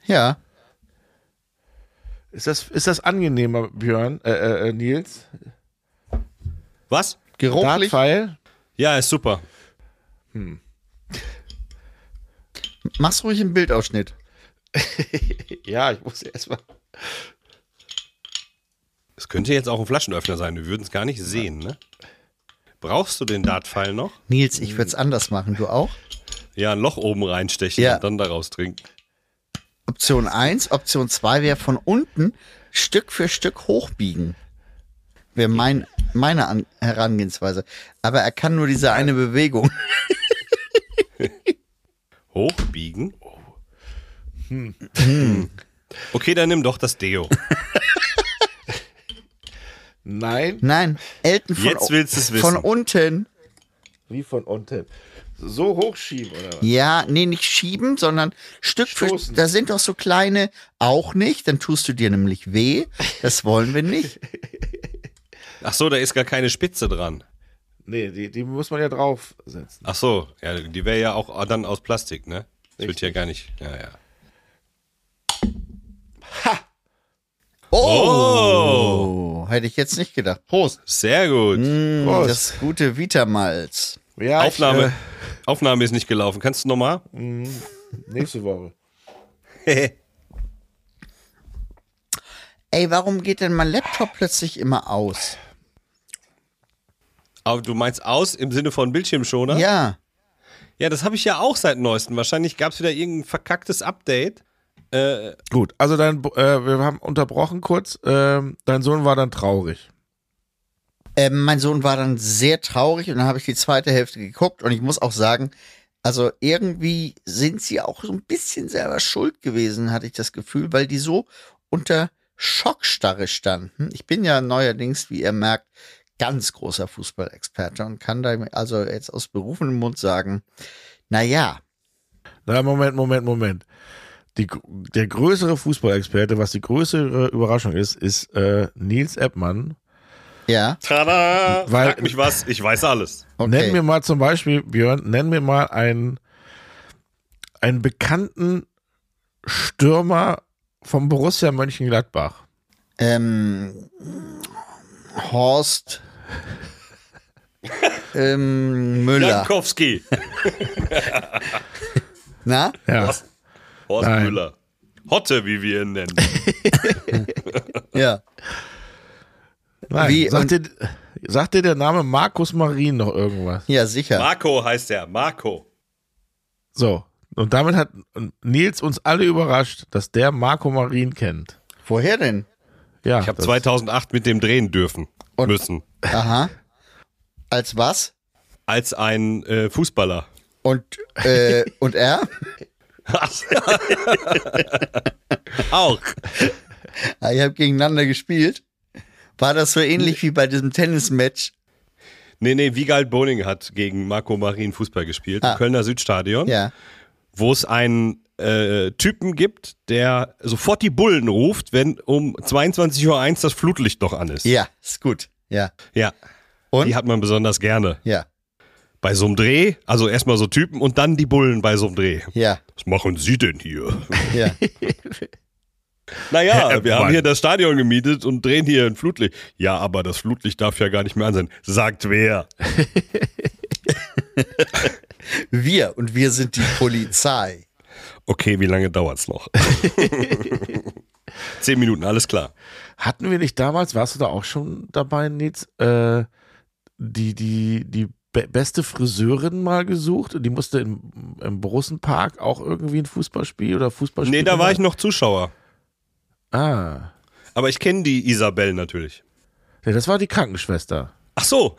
S4: Ja.
S1: Ist das, ist das angenehmer, Björn, äh, äh, Nils?
S2: Was?
S4: Geruchlich?
S1: Dartpfeil?
S2: Ja, ist super.
S4: Mach's ruhig einen Bildausschnitt.
S1: [laughs] Ja, ich muss erstmal.
S2: Es könnte jetzt auch ein Flaschenöffner sein. Wir würden es gar nicht sehen, ne? Brauchst du den Dartpfeil noch?
S4: Nils, ich würde es anders machen. Du auch?
S2: Ja, ein Loch oben reinstechen
S4: Ja.
S2: und dann daraus trinken.
S4: Option 1, Option 2 wäre von unten Stück für Stück hochbiegen. Wäre mein, meine An Herangehensweise. Aber er kann nur diese eine Bewegung.
S2: Hochbiegen. Hm. Okay, dann nimm doch das Deo.
S1: Nein,
S4: Nein, Elton von,
S2: Jetzt willst du's
S4: von
S2: wissen.
S4: unten.
S1: wie von unten. So hochschieben, oder was?
S4: Ja, nee, nicht schieben, sondern Stück für
S1: Stoßen.
S4: Da sind doch so kleine auch nicht. Dann tust du dir nämlich weh. Das wollen wir nicht.
S2: Ach so, da ist gar keine Spitze dran.
S1: Nee, die, die muss man ja draufsetzen.
S2: Ach so, ja, die wäre ja auch dann aus Plastik, ne? Das wird ja gar nicht. Ja, ja. Oh!
S4: Oh, hätte ich jetzt nicht gedacht. Prost.
S2: Sehr gut.
S4: Mm,
S1: Prost.
S4: Das gute Vitamalz.
S1: Ja, ich,
S2: Aufnahme. Aufnahme ist nicht gelaufen. Kannst du [laughs] nochmal?
S1: äh, nächste Woche.
S4: Ey, warum geht denn mein Laptop plötzlich immer aus?
S2: Aber du meinst aus im Sinne von Bildschirmschoner?
S4: Ja.
S2: Ja, das habe ich ja auch seit neuestem. Wahrscheinlich gab es wieder irgendein verkacktes Update.
S1: Gut, also dein, Bo- äh, wir haben unterbrochen kurz. Ähm, dein Sohn war dann traurig.
S4: Ähm, mein Sohn war dann sehr traurig und dann habe ich die zweite Hälfte geguckt und ich muss auch sagen, also irgendwie sind sie auch so ein bisschen selber schuld gewesen, hatte ich das Gefühl, weil die so unter Schockstarre standen. Hm, Ich bin ja neuerdings, wie ihr merkt, ganz großer Fußballexperte und kann da also jetzt aus berufenem Mund sagen, na ja,
S1: Na, Moment, Moment, Moment. Die, gr- der größere Fußballexperte, was die größere Überraschung ist, ist äh, Nils Eppmann.
S4: ja,
S2: Tada!
S1: Weil-
S2: Frag mich was, ich weiß alles.
S1: Nenn mir mal zum Beispiel, Björn, nenn mir mal einen, einen bekannten Stürmer vom Borussia Mönchengladbach.
S4: Ähm, Horst [laughs] ähm, [laughs] Müller.
S2: Jankowski.
S4: Na?
S1: Ja.
S2: Horst
S1: Nein.
S2: Müller. Hotte, wie wir ihn nennen.
S4: Ja.
S1: Nein,
S4: Wie-
S1: sagt, dir, sagt dir der Name Markus Marin noch irgendwas?
S4: [laughs] Ja, sicher.
S2: Marco heißt er. Marco.
S1: So. Und damit hat Nils uns alle überrascht, dass der Marco Marin kennt.
S4: Woher denn?
S1: Ja,
S2: Ich
S1: [laughs]
S2: habe
S1: das-
S2: 2008 mit dem drehen dürfen.
S4: Und-
S2: müssen.
S4: Aha. Als was?
S2: Als ein äh, [laughs] Fußballer.
S4: Und, äh, und er?
S2: Auch.
S4: Ah, Ihr habt gegeneinander gespielt. War das so ähnlich wie bei diesem Tennismatch?
S2: Nee, nee, Wiegald Boning hat gegen Marco Marin Fußball gespielt
S4: Ah.
S2: im Kölner Südstadion,
S4: Ja.
S2: wo es einen äh, Typen gibt, der sofort die Bullen ruft, wenn um 22.01 Uhr das Flutlicht noch an ist.
S4: Ja, ist gut. Ja.
S2: Ja,
S4: Und?
S2: die hat man besonders gerne.
S4: Ja.
S2: Bei so einem Dreh, also erstmal so Typen und dann die Bullen bei so einem Dreh.
S4: Ja.
S2: Was machen Sie denn
S4: [laughs]
S2: hier?
S4: Ja.
S2: Naja,
S1: Herr
S2: wir
S1: Eppmann.
S2: haben hier das Stadion gemietet und drehen hier ein Flutlicht. Ja, aber das Flutlicht darf ja gar nicht mehr an sein. Sagt wer?
S4: Wir und wir sind die Polizei.
S2: Okay, wie lange dauert's
S4: [laughs]
S2: noch? Zehn Minuten, alles klar.
S1: Hatten wir nicht damals, warst du da auch schon dabei, Nils, äh, die, die, die be beste Friseurin mal gesucht und die musste im, im Borussenpark auch irgendwie ein Fußballspiel oder Fußballspiel?
S2: Nee, da war ich noch Zuschauer.
S1: Ah.
S2: Aber ich kenne die Isabel natürlich.
S1: Ja, das war die Krankenschwester.
S2: Ach so,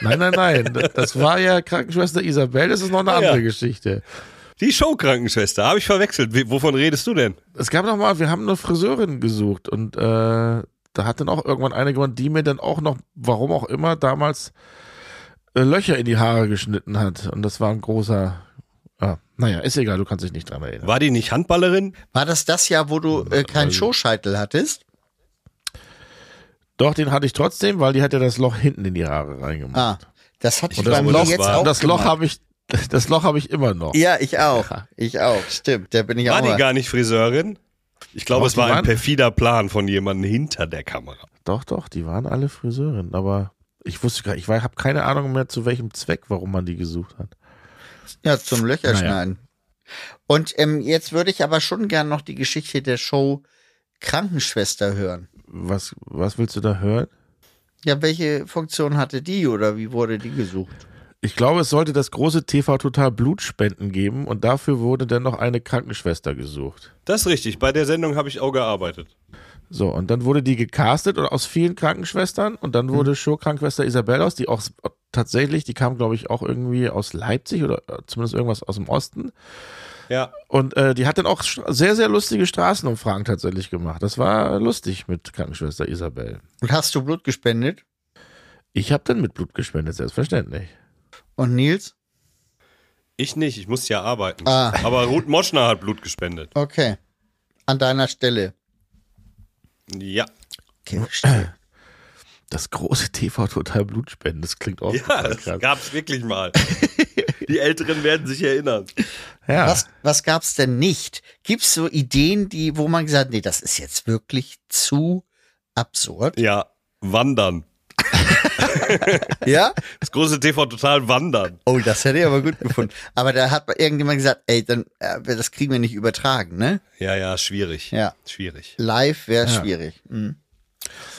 S1: Nein, nein,
S2: [laughs]
S1: nein. Das war ja Krankenschwester Isabel, das ist noch eine
S2: Ah, ja.
S1: andere Geschichte.
S2: die Showkrankenschwester. Habe ich verwechselt. Wie- Wovon redest du denn?
S1: Es gab noch mal, wir haben eine Friseurin gesucht und äh, da hat dann auch irgendwann eine gewonnen, die mir dann auch noch, warum auch immer, damals äh, Löcher in die Haare geschnitten hat. Und das war ein großer. Ah, naja, ist egal, du kannst dich nicht dran erinnern.
S2: War die nicht Handballerin?
S4: War das das Jahr, wo du äh, keinen Showscheitel hattest?
S1: Doch, den hatte ich trotzdem, weil die hat ja das Loch hinten in die Haare reingemacht.
S4: Ah, das hatte ich
S1: Und das
S4: bei mir
S1: Loch
S4: jetzt
S2: war-
S4: auch.
S1: Und das Loch
S4: gemacht.
S1: habe ich, [laughs] das Loch habe ich immer noch.
S4: Ja, ich auch. Ich auch. Stimmt, da bin ich
S2: War
S4: auch.
S2: die
S4: Mal.
S2: gar nicht Friseurin? Ich glaube,
S1: Doch,
S2: es war
S1: die
S2: ein
S1: waren-
S2: perfider Plan von jemandem hinter der Kamera.
S1: Doch, doch, die waren alle Friseurin, aber ich wusste gar ich habe keine Ahnung mehr, zu welchem Zweck, warum man die gesucht hat.
S4: Ja, zum Löcher
S1: Naja.
S4: schneiden. Und ähm, jetzt würde ich aber schon gern noch die Geschichte der Show Krankenschwester hören.
S1: Was, was willst du da hören?
S4: Ja, welche Funktion hatte die oder wie wurde die gesucht?
S1: Ich glaube, es sollte das große TV Total Blutspenden geben und dafür wurde dann noch eine Krankenschwester gesucht.
S2: Das ist richtig. Bei der Sendung habe ich auch gearbeitet.
S1: So, und dann wurde die gecastet und aus vielen Krankenschwestern und dann
S2: Mhm.
S1: wurde Show-Krankenschwester Isabel aus, die auch s- tatsächlich, die kam, glaube ich, auch irgendwie aus Leipzig oder äh, zumindest irgendwas aus dem Osten.
S2: Ja.
S1: Und äh, die hat dann auch stra- sehr, sehr lustige Straßenumfragen tatsächlich gemacht. Das war lustig mit Krankenschwester Isabel.
S4: Und hast du Blut gespendet?
S1: Ich habe dann mit Blut gespendet, selbstverständlich.
S4: Und Nils?
S2: Ich nicht, ich musste ja arbeiten.
S4: Ah.
S2: Aber Ruth Moschner hat Blut gespendet.
S4: Okay. An deiner Stelle.
S2: Ja.
S4: Okay, verstehe.
S1: Das große TV Total Blutspenden, das klingt
S4: Oh,
S1: auch
S2: Ja,
S1: total
S2: das
S1: krass.
S2: gab's wirklich
S4: [laughs]
S2: mal. Die Älteren werden sich erinnern.
S1: Ja.
S4: Was, was gab's denn nicht? Gibt's so Ideen, die, wo man gesagt, nee, das ist jetzt wirklich zu absurd?
S2: Ja, wandern.
S4: [laughs] Ja?
S2: Das große TV total wandern.
S4: Oh, das hätte ich aber gut gefunden. Aber da hat irgendjemand gesagt, ey, dann äh, das kriegen wir nicht übertragen, ne?
S2: Ja, ja, schwierig.
S4: Ja.
S2: Schwierig.
S4: Live wäre
S1: Ja.
S4: schwierig. Mhm.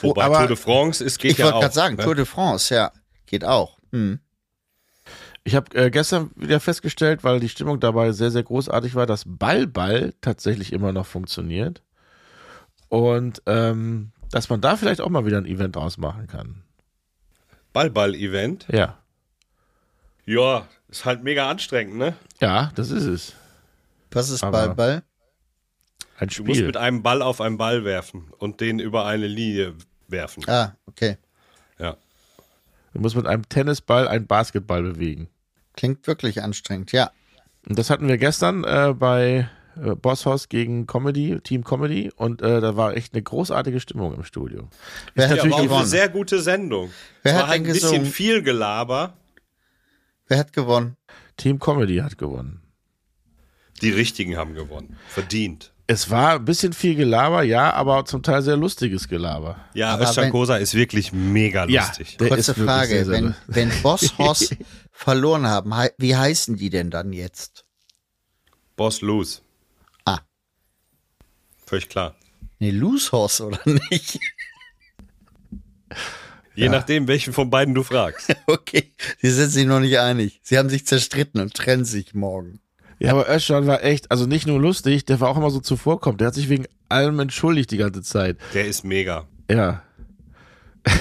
S2: Wobei
S1: aber-
S2: Tour de France ist geht
S4: Ich
S2: ja
S4: wollte
S2: auch.
S4: gerade sagen,
S2: ne?
S4: Tour de France, ja, geht auch. Mhm.
S1: Ich habe äh, gestern wieder festgestellt, weil die Stimmung dabei sehr, sehr großartig war, dass Ballball tatsächlich immer noch funktioniert. Und ähm, dass man da vielleicht auch mal wieder ein Event draus machen kann.
S2: Ball-Ball-Event.
S1: Ja.
S2: Ja, ist halt mega anstrengend, ne?
S1: Ja, das ist es.
S4: Was ist
S1: Aber-
S4: Ball, Ball?
S1: Ein
S2: Du musst
S1: Spiel.
S2: mit einem Ball auf einen Ball werfen und den über eine Linie werfen.
S4: Ah, okay.
S2: Ja.
S1: Du musst mit einem Tennisball einen Basketball bewegen.
S4: Klingt wirklich anstrengend, ja.
S1: Und das hatten wir gestern äh, bei äh, Bosshaus gegen Comedy, Team Comedy. Und äh, da war echt eine großartige Stimmung im Studio.
S4: Wer hat,
S2: Ja, war auch eine
S4: gewonnen?
S2: sehr gute Sendung.
S4: Wer
S2: es war
S4: hat
S2: halt
S4: denn
S2: ein bisschen
S4: gesungen?
S2: viel Gelaber.
S4: Wer hat gewonnen?
S1: Team Comedy hat gewonnen.
S2: Die Richtigen haben gewonnen. Verdient.
S1: Es war ein bisschen viel Gelaber, ja, aber zum Teil sehr lustiges Gelaber.
S2: Ja,
S4: Aber wenn-
S2: Östschankosa ist wirklich mega
S1: Ja.
S2: lustig.
S1: Der
S4: Kurze
S1: ist wirklich
S4: Frage,
S1: sehr, sehr
S4: wenn,
S1: lustig.
S2: [laughs]
S4: wenn Boss Hoss verloren haben, hei- wie heißen die denn dann jetzt?
S2: Boss Loose.
S4: Ah.
S2: Völlig klar.
S4: Nee, Loose Hoss oder [laughs] nicht?
S2: Je nachdem, welchen von beiden du
S4: [laughs]
S2: fragst.
S4: Okay, sie sind sich noch nicht einig. Sie haben sich zerstritten und trennen sich morgen.
S1: Ja, aber Özcan war echt, also nicht nur lustig, der war auch immer so zuvorkommt. Der hat sich wegen allem entschuldigt die ganze Zeit.
S2: Der ist mega.
S1: Ja. [laughs]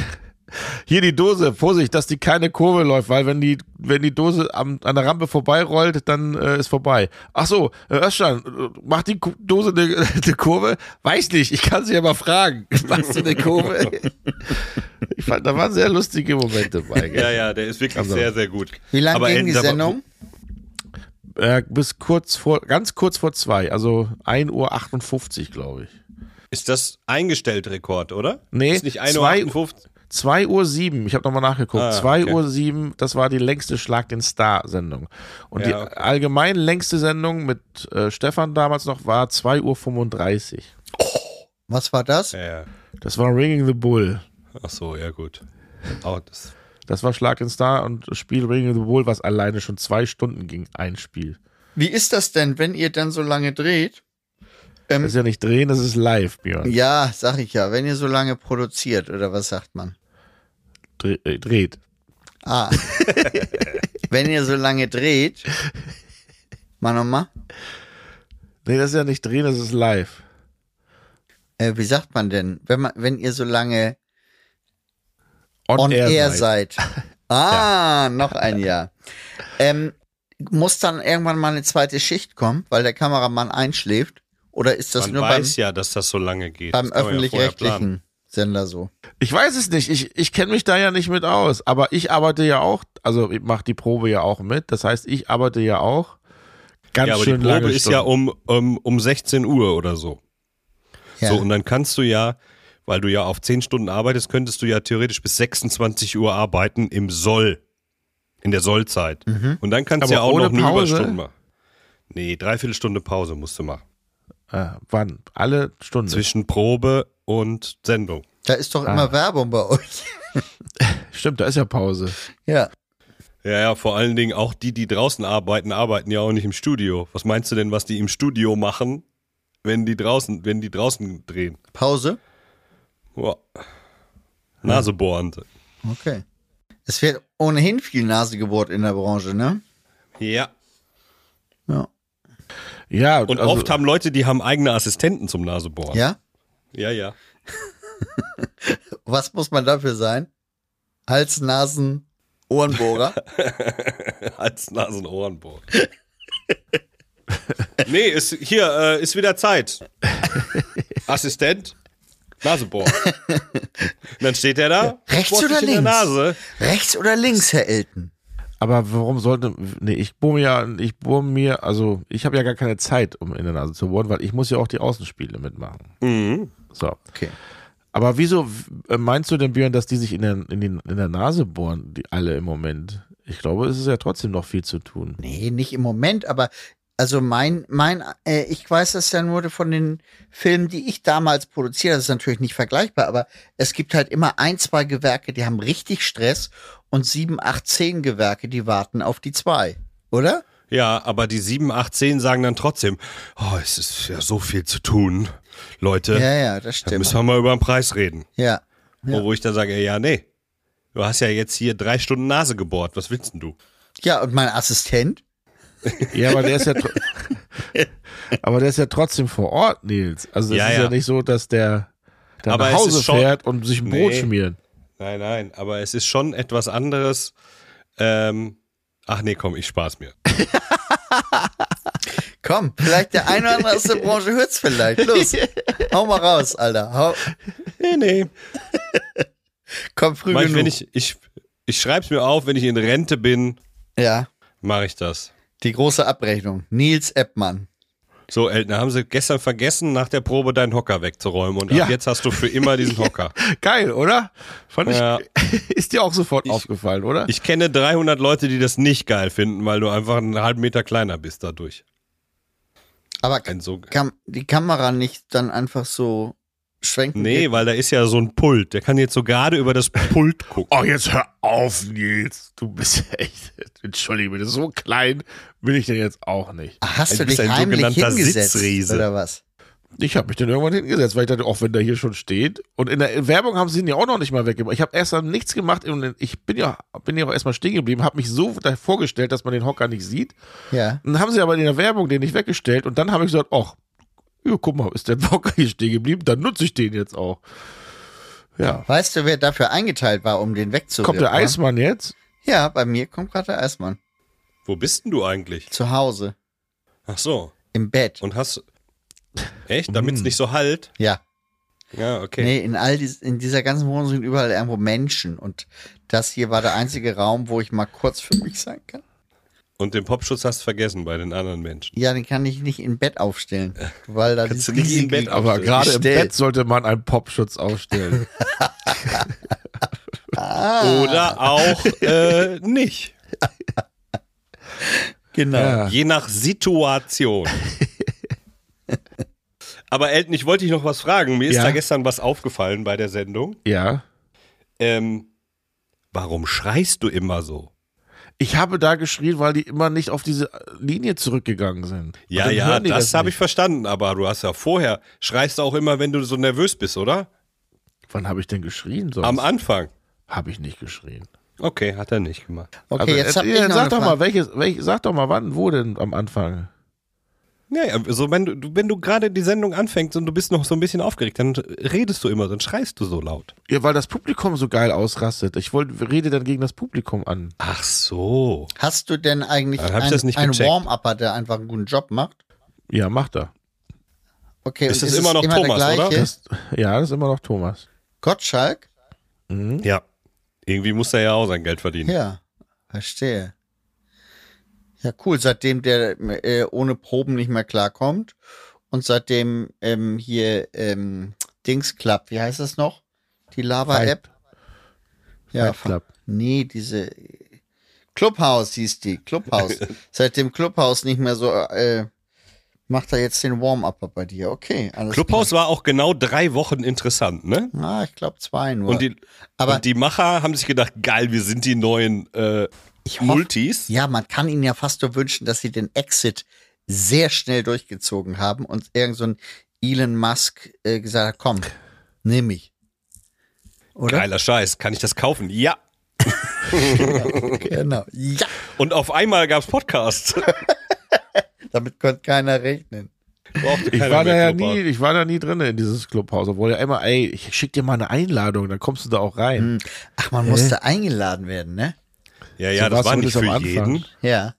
S1: Hier die Dose, Vorsicht, dass die keine Kurve läuft, weil wenn die, wenn die Dose am, an der Rampe vorbeirollt, dann äh, ist vorbei. Ach so, äh, Özcan, äh, macht die Ku- Dose eine [laughs] eine Kurve? Weiß nicht, ich kann sie ja mal fragen. [laughs] Machst du eine Kurve? [laughs] Ich fand, da waren sehr lustige Momente bei. gell?
S2: Ja, ja, der ist wirklich
S1: Also.
S2: sehr, sehr gut.
S4: Wie lange
S2: Aber
S4: ging die
S2: Ende-
S4: Sendung?
S1: Äh, bis kurz vor, ganz kurz vor zwei, also 1.58 Uhr, glaube ich.
S2: Ist das eingestellt Rekord, oder?
S1: Nee,
S2: Ist nicht
S1: zwei-
S2: 1.58 Uhr?
S1: 2 Uhr 7, ich habe nochmal nachgeguckt,
S2: Ah,
S1: 2
S2: okay.
S1: Uhr 7, das war die längste Schlag den Star-Sendung. Und
S2: Ja,
S1: die
S2: okay.
S1: allgemein längste Sendung mit äh, Stefan damals noch war 2 Uhr 35.
S4: Was war das?
S2: Ja, ja.
S1: Das war Ringing the Bull.
S2: Ach so, ja gut. Oh, das,
S1: Das war Schlag den Star und das Spiel Ringing the Bull, was alleine schon zwei Stunden ging, ein Spiel.
S4: Wie ist das denn, wenn ihr dann so lange dreht?
S1: Das ist ja nicht drehen, das ist live, Björn.
S4: Ja, sag ich ja, wenn ihr so lange produziert, oder was sagt man?
S1: Dre- äh, Dreht.
S2: [laughs]
S4: Ah. wenn ihr so lange dreht. oh Mal nochmal.
S1: Nee, das ist ja nicht drehen, das ist live.
S4: Äh, wie sagt man denn? Wenn man, wenn ihr so lange on air, seid.
S2: [laughs]
S4: Ah, noch ein Jahr. Ähm, muss dann irgendwann mal eine zweite Schicht kommen, weil der Kameramann einschläft? Oder ist das
S2: man
S4: nur beim,
S2: weiß ja, dass das so lange geht.
S4: beim
S2: Das kann man ja vorher planen.
S4: öffentlich-rechtlichen Sender so?
S1: Ich weiß es nicht. Ich, ich kenne mich da ja nicht mit aus. Aber ich arbeite ja auch, also ich mache die Probe ja auch mit. Das heißt, ich arbeite ja auch ganz
S2: Ja, aber die
S1: schön
S2: Probe
S1: lange
S2: ist ja
S1: Stunden.
S2: um, um, um 16 Uhr oder so.
S4: Ja.
S2: So, und dann kannst du ja, weil du ja auf 10 Stunden arbeitest, könntest du ja theoretisch bis 26 Uhr arbeiten im Soll. In der Sollzeit. Und dann kannst du
S1: Aber
S2: ja auch
S1: ohne
S2: noch eine
S1: Pause?
S2: Überstunde machen. Nee, dreiviertel Stunde Pause musst du machen.
S1: Äh, wann? Alle Stunden.
S2: Zwischen Probe und Sendung.
S4: Da ist
S2: Ah.
S4: doch immer Werbung bei euch. [laughs]
S1: Stimmt, da ist ja Pause.
S4: Ja.
S2: Ja, ja, vor allen Dingen auch die, die draußen arbeiten, arbeiten ja auch nicht im Studio. Was meinst du denn, was die im Studio machen, wenn die draußen, wenn die draußen drehen?
S4: Pause?
S2: Boah. Nase bohrend.
S4: Okay. Es wird ohnehin viel Nase gebohrt in der Branche, ne?
S2: Ja.
S4: Ja.
S1: Ja,
S2: Und
S1: also-
S2: oft haben Leute, die haben eigene Assistenten zum Nasebohren.
S4: Ja?
S2: ja. ja. [laughs]
S4: Was muss man dafür sein? Hals, Nasen, Ohrenbohrer?
S2: Als Nasenohrenbohr. [laughs] nee, ist, hier äh, ist wieder Zeit. Assistent,
S4: [laughs]
S2: Nasebohr. Dann steht er da,
S4: Rechts
S2: bohrt
S4: oder
S2: sich in der
S4: links?
S2: Nase.
S4: [laughs] Rechts oder links, Herr Elton?
S1: Aber warum sollte. Nee, ich bohre mir ja, ich bohre mir, also ich habe ja gar keine Zeit, um in der Nase zu bohren, weil ich muss ja auch die Außenspiele mitmachen.
S2: Mhm.
S1: So.
S4: Okay.
S1: Aber wieso w- äh, meinst du denn, Björn, dass die sich in der, in den, in der Nase bohren, die alle im Moment? Ich glaube, es ist ja trotzdem noch viel zu tun.
S4: Nee, nicht im Moment, aber also mein, mein, äh, ich weiß das ja nur von den Filmen, die ich damals produziert, das ist natürlich nicht vergleichbar, aber es gibt halt immer ein, zwei Gewerke, die haben richtig Stress und sieben, acht, zehn Gewerke, die warten auf die zwei, oder?
S2: Ja, aber die 7, 8, 10 sagen dann trotzdem, oh, es ist ja so viel zu tun, Leute.
S4: Ja, ja, das
S2: da
S4: stimmt.
S2: müssen wir mal über den Preis reden.
S4: Ja.
S2: Wo- Wo ich dann sage, ja, nee. Du hast ja jetzt hier drei Stunden Nase gebohrt. Was willst denn du?
S4: Ja, und mein Assistent?
S1: Ja, aber der ist ja.
S2: [laughs]
S1: tr- aber der ist ja trotzdem vor Ort, Nils. Also es
S2: Ja,
S1: ist ja.
S2: ja.
S1: nicht so, dass der, der
S2: Aber
S1: nach
S2: es
S1: Hause
S2: ist schon-
S1: fährt und sich ein Brot
S2: Nee.
S1: schmiert.
S2: Nein, nein, aber es ist schon etwas anderes. Ähm, ach nee, komm, ich spaß mir.
S4: Komm, vielleicht der eine oder andere aus der Branche hört's vielleicht. Los, hau mal raus, Alter. Hau,
S2: [laughs] Nee, nee.
S4: komm früh
S2: Mach ich,
S4: genug.
S2: wenn ich, ich, ich schreib's mir auf, wenn ich in Rente bin,
S4: ja,
S2: mache ich das.
S4: die große Abrechnung. Nils Eppmann.
S2: So, Elton, haben sie gestern vergessen, nach der Probe deinen Hocker wegzuräumen und
S1: Ja.
S2: ab jetzt hast du für immer [laughs] diesen Hocker.
S1: Geil, oder? Fand ich,
S2: Ja.
S1: [laughs] ist dir auch sofort aufgefallen, oder?
S2: Ich kenne 300 Leute, die das nicht geil finden, weil du einfach einen halben Meter kleiner bist dadurch.
S4: Aber
S2: Ein so
S4: kam die Kamera nicht dann einfach so schwenken?
S2: nee, weil da ist ja so ein Pult. Der kann jetzt so gerade über das [laughs] Pult gucken.
S1: Oh, jetzt hör auf, Nils. Du bist [laughs] echt. Entschuldige bitte, so klein bin ich denn jetzt auch nicht.
S4: Ah, Hast
S2: Also Du
S4: du
S2: bist
S4: dich
S2: ein
S4: heimlich
S2: sogenannter
S4: hingesetzt
S2: Sitzriese.
S4: oder was?
S1: Ich habe mich dann irgendwann hingesetzt, weil ich dachte, auch wenn der hier schon steht. Und in der Werbung haben sie ihn ja auch noch nicht mal weggebracht. Ich habe erst dann nichts gemacht. Und ich bin ja, bin ja auch erstmal stehen geblieben, habe mich so da vorgestellt, dass man den Hocker nicht sieht.
S4: Ja.
S1: Dann haben sie aber in der Werbung den nicht weggestellt. Und dann habe ich gesagt, ach, ja, guck mal, ist der Hocker hier stehen geblieben? Dann nutze ich den jetzt auch. Ja.
S4: Weißt du, wer dafür eingeteilt war, um den wegzuholen?
S1: Kommt der Eismann jetzt?
S4: Ja, bei mir kommt gerade der Eismann.
S2: Wo bist denn du eigentlich?
S4: Zu Hause.
S2: Ach so.
S4: Im Bett.
S2: Und hast. Echt? Damit es nicht so halt?
S4: ja.
S2: Ja, okay.
S4: Nee, in all dies, in dieser ganzen Wohnung sind überall irgendwo Menschen. Und das hier war der einzige Raum, wo ich mal kurz für mich sein kann.
S2: Und den Popschutz hast du vergessen bei den anderen Menschen.
S4: Ja, den kann ich nicht im Bett aufstellen. Weil da
S2: Kannst du
S4: dieses
S2: nicht im
S4: riesige-
S2: Bett
S1: Aber
S2: aufstellen?
S1: gerade im
S4: Gestellt.
S1: Bett sollte man einen Popschutz
S4: [laughs]
S1: aufstellen. Ah.
S4: Ah,
S1: [laughs]
S2: Oder auch äh, nicht.
S4: Genau.
S1: ja.
S2: Je
S1: [laughs]
S2: nach Situation. Aber Elton, ich wollte dich noch was fragen. Mir ist
S1: Ja?
S2: da gestern was aufgefallen bei der Sendung.
S1: ja.
S2: Ähm, warum schreist du immer so?
S1: Ich habe da geschrien, weil die immer nicht auf diese Linie zurückgegangen sind. Und
S2: Ja,
S1: dann
S2: ja,
S1: hören die
S2: das, habe ich
S1: nicht.
S2: verstanden. Aber du hast ja vorher, schreist du auch immer, wenn du so nervös bist, oder?
S1: Wann habe ich denn geschrien? Sonst
S2: Am Anfang.
S1: habe ich nicht geschrien.
S2: Okay, hat er nicht gemacht.
S4: Okay,
S1: Also,
S4: jetzt
S1: äh,
S4: hab ich
S1: ja,
S4: noch
S1: sag
S4: eine
S1: doch
S4: Frage.
S1: mal, welches, welch, sag doch mal, wann, wo denn am Anfang?
S2: Nee, also wenn du, wenn du gerade die Sendung anfängst und du bist noch so ein bisschen aufgeregt, dann redest du immer, dann schreist du so laut.
S1: Ja, weil das Publikum so geil ausrastet. Ich wollte, rede dann gegen das Publikum an.
S2: Ach so.
S4: Hast du denn eigentlich
S2: Dann hab ich das
S4: einen,
S2: nicht
S4: einen
S2: gecheckt.
S4: Warm-Upper, der einfach einen guten Job macht?
S1: Ja, macht er.
S4: Okay,
S2: Ist
S4: und
S2: das immer
S4: es
S2: noch Thomas,
S4: der
S2: oder?
S4: gleiche?
S1: Das, ja, das ist immer noch Thomas.
S4: Gottschalk?
S2: Ja. Irgendwie muss er ja auch sein Geld verdienen.
S4: Ja, verstehe. Ja, cool. Seitdem der äh, ohne Proben nicht mehr klarkommt und seitdem ähm, hier ähm, Dings Club, wie heißt das noch? Die Lava-App? Ja,
S1: Fight Club.
S4: nee, diese äh,
S1: [laughs]
S4: Clubhouse hieß die. Clubhouse. seitdem Clubhouse nicht mehr so äh, Macht er jetzt den Warm-Upper bei dir? Okay, alles
S2: Clubhaus war auch genau drei Wochen interessant, ne?
S4: klar. Ah, ich glaube zwei nur.
S2: Und die,
S4: Aber-
S2: und die Macher haben sich gedacht, geil, wir sind die neuen äh,
S4: hoff-
S2: Multis.
S4: ja, man kann ihnen ja fast nur wünschen, dass sie den Exit sehr schnell durchgezogen haben und irgend so ein Elon Musk äh, gesagt hat, komm, nimm mich. Oder?
S2: Geiler Scheiß, kann ich das kaufen? Ja.
S4: Genau. Ja,
S2: Und auf einmal gab's Podcasts.
S4: damit konnte keiner rechnen.
S2: Brauchte
S1: Ich
S2: keiner
S1: war da
S2: mehr
S1: ja
S2: Clubhouse.
S1: nie, ich war da nie drin in dieses Clubhaus, obwohl ja immer, ey, ich schick dir mal eine Einladung, dann kommst du da auch rein.
S4: Ach, man musste eingeladen werden, ne?
S2: Ja, ja,
S1: So
S2: das
S1: war's
S2: war nicht
S1: zumindest
S2: für
S1: am Anfang.
S2: jeden.
S4: Ja.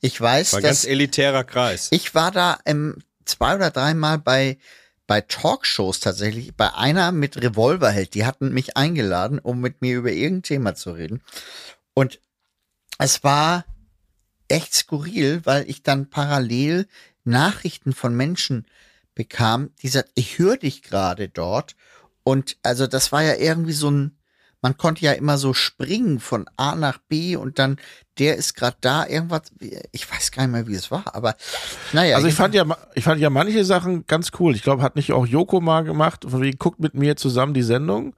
S4: Ich weiß,
S2: War ein ganz
S4: dass
S2: elitärer Kreis.
S4: ich war da ähm, zwei oder dreimal bei bei Talkshows tatsächlich, bei einer mit Revolverheld, die hatten mich eingeladen, um mit mir über irgendein Thema zu reden. Und es war echt skurril, weil ich dann parallel Nachrichten von Menschen bekam, die sagt, ich höre dich gerade dort. Und also das war ja irgendwie so ein, man konnte ja immer so springen von A nach B und dann der ist gerade da, irgendwas, ich weiß gar nicht mehr, wie es war, aber naja.
S1: Also ich fand ja, ma- ich fand ja manche Sachen ganz cool. Ich glaube, hat nicht auch Joko mal gemacht, von wegen guckt mit mir zusammen die Sendung.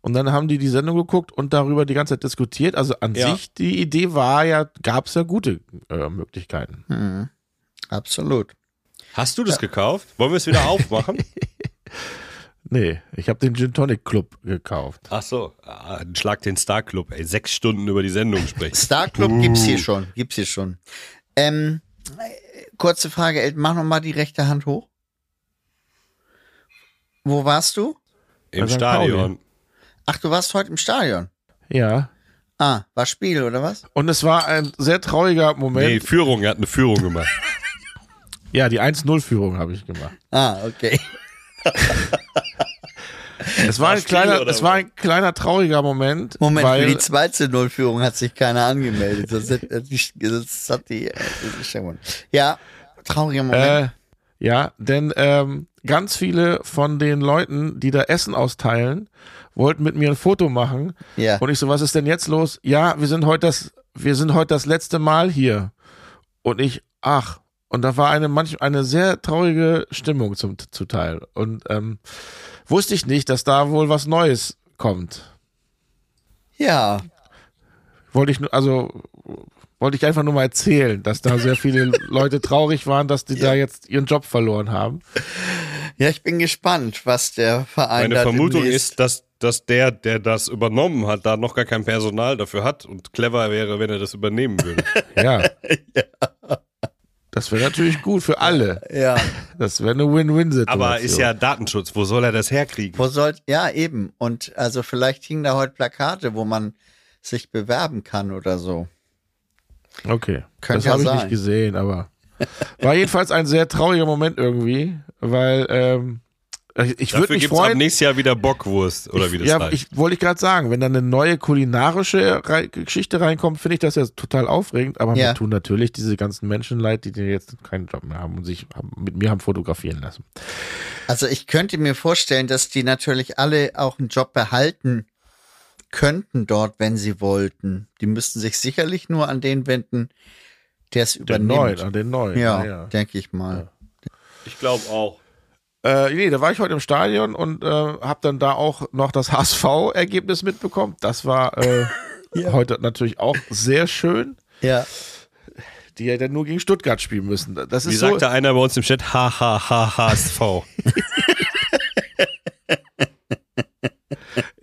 S1: Und dann haben die die Sendung geguckt und darüber die ganze Zeit diskutiert. Also an
S2: Ja.
S1: sich die Idee war ja, gab es ja gute äh, Möglichkeiten.
S4: Mhm. Absolut.
S2: Hast du das gekauft? Wollen wir es
S1: [laughs]
S2: wieder aufmachen?
S1: Nee, ich habe den Gin Tonic Club gekauft.
S2: Ach so, ah, dann schlag den Star Club, ey. Sechs Stunden über die
S1: [laughs]
S2: Sendung sprechen.
S4: Star Club gibt's hier schon, gibt's hier schon. Ähm, äh, kurze Frage, Elton, mach noch mal die rechte Hand hoch. Wo warst du?
S2: Im
S1: St. Pauli.
S2: Stadion.
S4: Ach, du warst heute im Stadion.
S1: Ja.
S4: Ah, war Spiel oder was?
S1: Und es war ein sehr trauriger
S2: Nee,
S1: Moment.
S2: Führung, er hat eine Führung gemacht.
S1: [laughs] Ja, die 1-0-Führung habe ich gemacht.
S4: Ah, okay. [laughs]
S1: Es war,
S2: War
S1: ein
S2: Spiel
S1: kleiner,
S2: oder
S1: es war ein kleiner trauriger Moment.
S4: Moment, für
S1: weil
S4: die 2 zu 0 Führung hat sich keiner angemeldet. Das hat, das hat die, äh, das ist schon gut. Ja, trauriger Moment.
S1: Äh, ja, denn ähm, ganz viele von den Leuten, die da Essen austeilen, wollten mit mir ein Foto machen.
S4: ja.
S1: Und ich so, was ist denn jetzt los? Ja, wir sind heute das, wir sind heute das letzte Mal hier. Und ich, ach. Und da war eine manch eine sehr traurige Stimmung zum zu Teil. Und ähm, wusste ich nicht, dass da wohl was Neues kommt.
S4: Ja,
S1: Wollte ich nur, also wollte ich einfach nur mal erzählen, dass da sehr viele
S2: [laughs]
S1: Leute traurig waren, dass die da jetzt ihren Job verloren haben.
S4: ja, ich bin gespannt, was der Verein
S2: Meine
S4: da
S2: Vermutung
S4: demnächst-
S2: ist, dass, dass der, der das übernommen hat, da noch gar kein Personal dafür hat und clever wäre, wenn er das übernehmen
S1: [laughs]
S2: würde. [laughs]
S1: Ja. Das wäre natürlich gut für alle.
S4: Ja,
S1: Das wäre eine Win-Win-Situation.
S2: Aber ist ja Datenschutz, wo soll er das herkriegen?
S4: Wo soll, ja, eben. Und also vielleicht hingen da heute Plakate, wo man sich bewerben kann oder so.
S1: Okay.
S4: Kann
S1: das
S4: ja
S1: habe ich
S4: sein.
S1: nicht gesehen, aber. War jedenfalls ein sehr trauriger Moment irgendwie, weil ähm, ich, ich würde
S2: Dafür
S1: mich
S2: gibt es ab
S1: freuen.
S2: nächstes Jahr wieder Bockwurst oder wie das
S1: Ja,
S2: heißt.
S1: ich wollte ich gerade sagen, wenn da eine neue kulinarische Rei Geschichte reinkommt, finde ich das ja total aufregend, aber
S4: Ja.
S1: mir tun natürlich diese ganzen Menschen leid, die den jetzt keinen Job mehr haben und sich haben, mit mir haben fotografieren lassen.
S4: Also ich könnte mir vorstellen, dass die natürlich alle auch einen Job behalten könnten dort, wenn sie wollten. Die müssten sich sicherlich nur an den wenden, der es
S1: Den neuen,
S4: übernimmt.
S1: an den neuen.
S4: ja,
S1: na ah, ja.
S4: denke ich mal.
S2: ich glaube auch.
S1: Äh, nee, da war ich heute im Stadion und äh, habe dann da auch noch das [laughs] HSV-Ergebnis mitbekommen. Das war
S4: [laughs]
S1: äh, heute natürlich auch sehr schön,
S4: Ja.
S1: die ja dann nur gegen Stuttgart spielen müssen. Das
S2: Wie
S1: ist so,
S2: sagte einer bei uns im Chat, ha, ha, ha, HSV.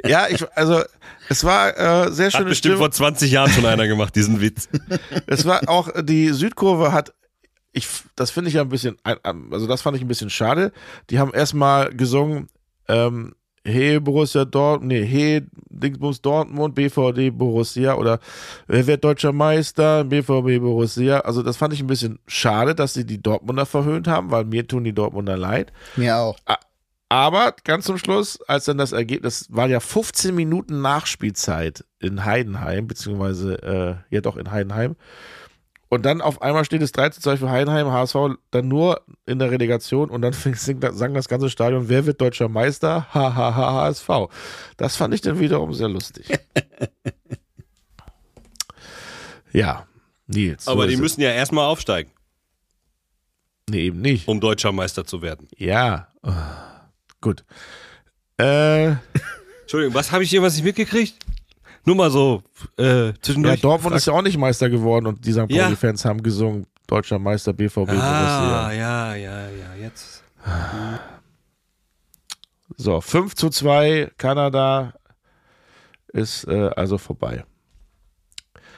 S1: ja, ich, also es war äh, sehr
S2: Hat
S1: schöne
S2: bestimmt vor
S1: Stimmung.
S2: 20 Jahren schon einer gemacht, diesen Witz. [laughs]
S1: Es war auch äh, die Südkurve hat, ich, f- das finde ich ja ein bisschen, ein- ein- also das fand ich ein bisschen schade. Die haben erstmal gesungen, ähm, Hey Borussia Dortmund, nee, Hey Dingsbums Dortmund, BVD Borussia oder Wer wird deutscher Meister, BVB Borussia. Also das fand ich ein bisschen schade, dass sie die Dortmunder verhöhnt haben, weil mir tun die Dortmunder leid.
S4: Mir auch.
S1: Aber ganz zum Schluss, als dann das Ergebnis, war ja 15 Minuten Nachspielzeit in Heidenheim, beziehungsweise äh, ja doch in Heidenheim. Und dann auf einmal steht es 3 zu 2 für Heidenheim, HSV dann nur in der Relegation und dann [laughs] fing- sing- sang das ganze Stadion, wer wird deutscher Meister? [laughs] Hahaha, HSV. Das fand ich dann wiederum sehr lustig. [laughs] ja, Nils. so
S2: Aber die
S1: ist es.
S2: müssen ja erstmal aufsteigen.
S1: Nee, eben nicht.
S2: um deutscher Meister zu werden.
S1: Ja. Ah, Gut. Äh,
S2: Entschuldigung, was habe ich hier was nicht mitgekriegt? Nur mal so äh,
S1: ja,
S2: zwischendurch.
S1: Dortmund ist ja auch nicht Meister geworden und die St.
S2: Ja.
S1: Pauli-Fans haben gesungen, Deutscher Meister BVB.
S2: Ah,
S1: Bundesliga.
S2: ja, ja, ja, jetzt.
S1: So, 5 zu 2, Kanada ist äh, also vorbei.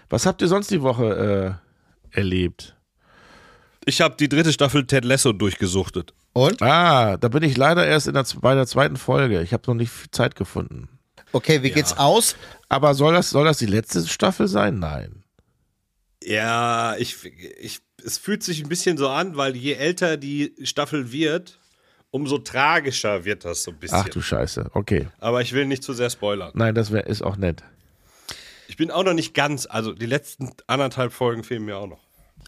S1: Was habt ihr sonst die Woche äh, erlebt?
S2: Ich habe die dritte Staffel Ted Lasso durchgesuchtet.
S4: Und?
S1: Ah, da bin ich leider erst in der, z- bei der zweiten Folge. Ich habe noch nicht viel Zeit gefunden.
S4: Okay, wie geht's aus?
S1: Aber soll das, soll das die letzte Staffel sein? Nein.
S2: Ja, ich, ich, es fühlt sich ein bisschen so an, weil je älter die Staffel wird, umso tragischer wird das so ein bisschen.
S1: Ach du Scheiße. Okay.
S2: Aber ich will nicht zu sehr spoilern.
S1: Nein, das wär, ist auch nett.
S2: Ich bin auch noch nicht ganz, also die letzten anderthalb Folgen fehlen mir auch noch.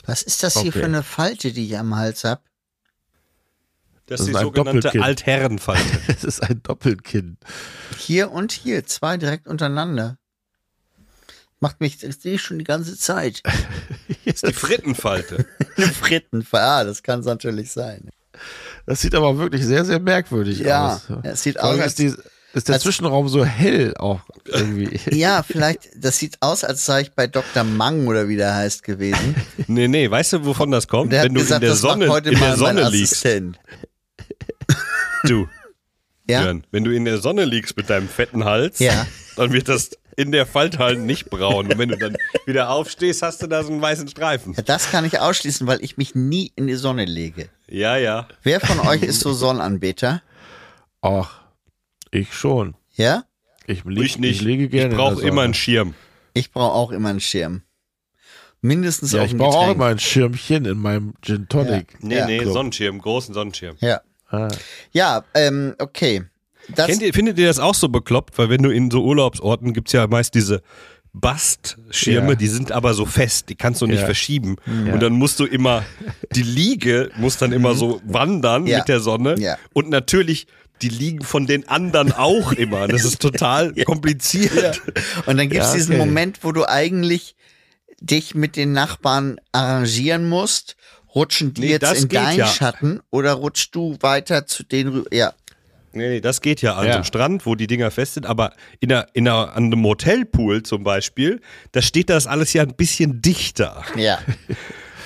S4: Was ist das hier
S1: Okay.
S4: für eine Falte, die ich am Hals hab?
S1: Das
S2: Das, ist die
S1: ist ein
S2: sogenannte
S1: Doppelkind.
S2: Altherrenfalte.
S1: Es ist ein Doppelkinn.
S4: Hier und hier, zwei direkt untereinander. Macht mich, das sehe ich schon die ganze Zeit. [laughs]
S2: die Frittenfalte.
S4: Eine Fritten, ah, das kann's natürlich sein.
S1: Das sieht aber wirklich sehr, sehr merkwürdig
S4: Ja,
S1: aus.
S4: es sieht
S1: Vor allem
S4: aus,
S1: Ist, die, ist der
S4: als-
S1: Zwischenraum so hell auch irgendwie.
S4: [laughs] Ja, vielleicht, das sieht aus, als sei ich bei Dr. Mang oder wie der heißt gewesen.
S2: [laughs] Nee, nee, weißt du, wovon das kommt?
S4: Und der hat
S2: Wenn du in
S4: gesagt,
S2: der
S4: das
S2: Sonne,
S4: macht heute
S2: in
S4: mal
S2: der Sonne
S4: mein
S2: liegst,
S4: Assistent.
S2: du,
S4: [laughs] Ja,
S2: Björn, wenn du in der Sonne liegst mit deinem fetten Hals,
S4: Ja.
S2: dann wird das in der Falte halt nicht braun. Und wenn du dann wieder aufstehst, hast du da so einen weißen Streifen.
S4: ja, das kann ich ausschließen, weil ich mich nie in die Sonne lege.
S2: Ja, ja.
S4: Wer von euch ist
S2: [laughs]
S4: so Sonnenanbeter?
S1: Ach, ich schon.
S4: Ja?
S1: Ich, leg,
S2: Ich nicht.
S1: lege gerne.
S2: ich
S1: in
S2: brauche
S1: der Sonne.
S2: immer einen Schirm.
S4: Ich brauche auch immer einen Schirm. Mindestens
S1: Ja,
S4: auf
S1: ich
S4: ein
S1: brauche auch
S4: Getränk.
S1: immer ein Schirmchen in meinem Gin Tonic.
S2: Nee,
S4: Ja.
S2: nee,
S1: So.
S2: Sonnenschirm, großen Sonnenschirm.
S4: Ja.
S1: Ah.
S4: Ja, ähm, okay. Das,
S2: Kennt ihr, findet ihr das auch so bekloppt? Weil wenn du in so Urlaubsorten gibt es ja meist diese Bastschirme,
S1: Ja.
S2: die sind aber so fest, die kannst du nicht
S1: Ja.
S2: verschieben.
S1: Ja. Mhm.
S2: Und dann musst du immer, die Liege muss dann immer so wandern
S4: Ja.
S2: mit der Sonne.
S4: Ja.
S2: Und natürlich, die liegen von den anderen
S1: [laughs]
S2: auch immer. Das ist total kompliziert.
S4: und dann gibt's
S1: Ja,
S4: diesen
S1: okay.
S4: Moment, wo du eigentlich dich mit den Nachbarn arrangieren musst. Rutschen die
S2: Nee,
S4: jetzt
S2: das
S4: in
S2: geht
S4: deinen
S2: ja.
S4: Schatten oder rutschst du weiter zu denen rüber? Ja.
S2: Nee, nee, das geht ja an
S1: Ja.
S2: so einem Strand, wo die Dinger fest sind, aber in, einer, in einer, an einem Motelpool zum Beispiel, da steht das alles ja ein bisschen dichter.
S4: Ja.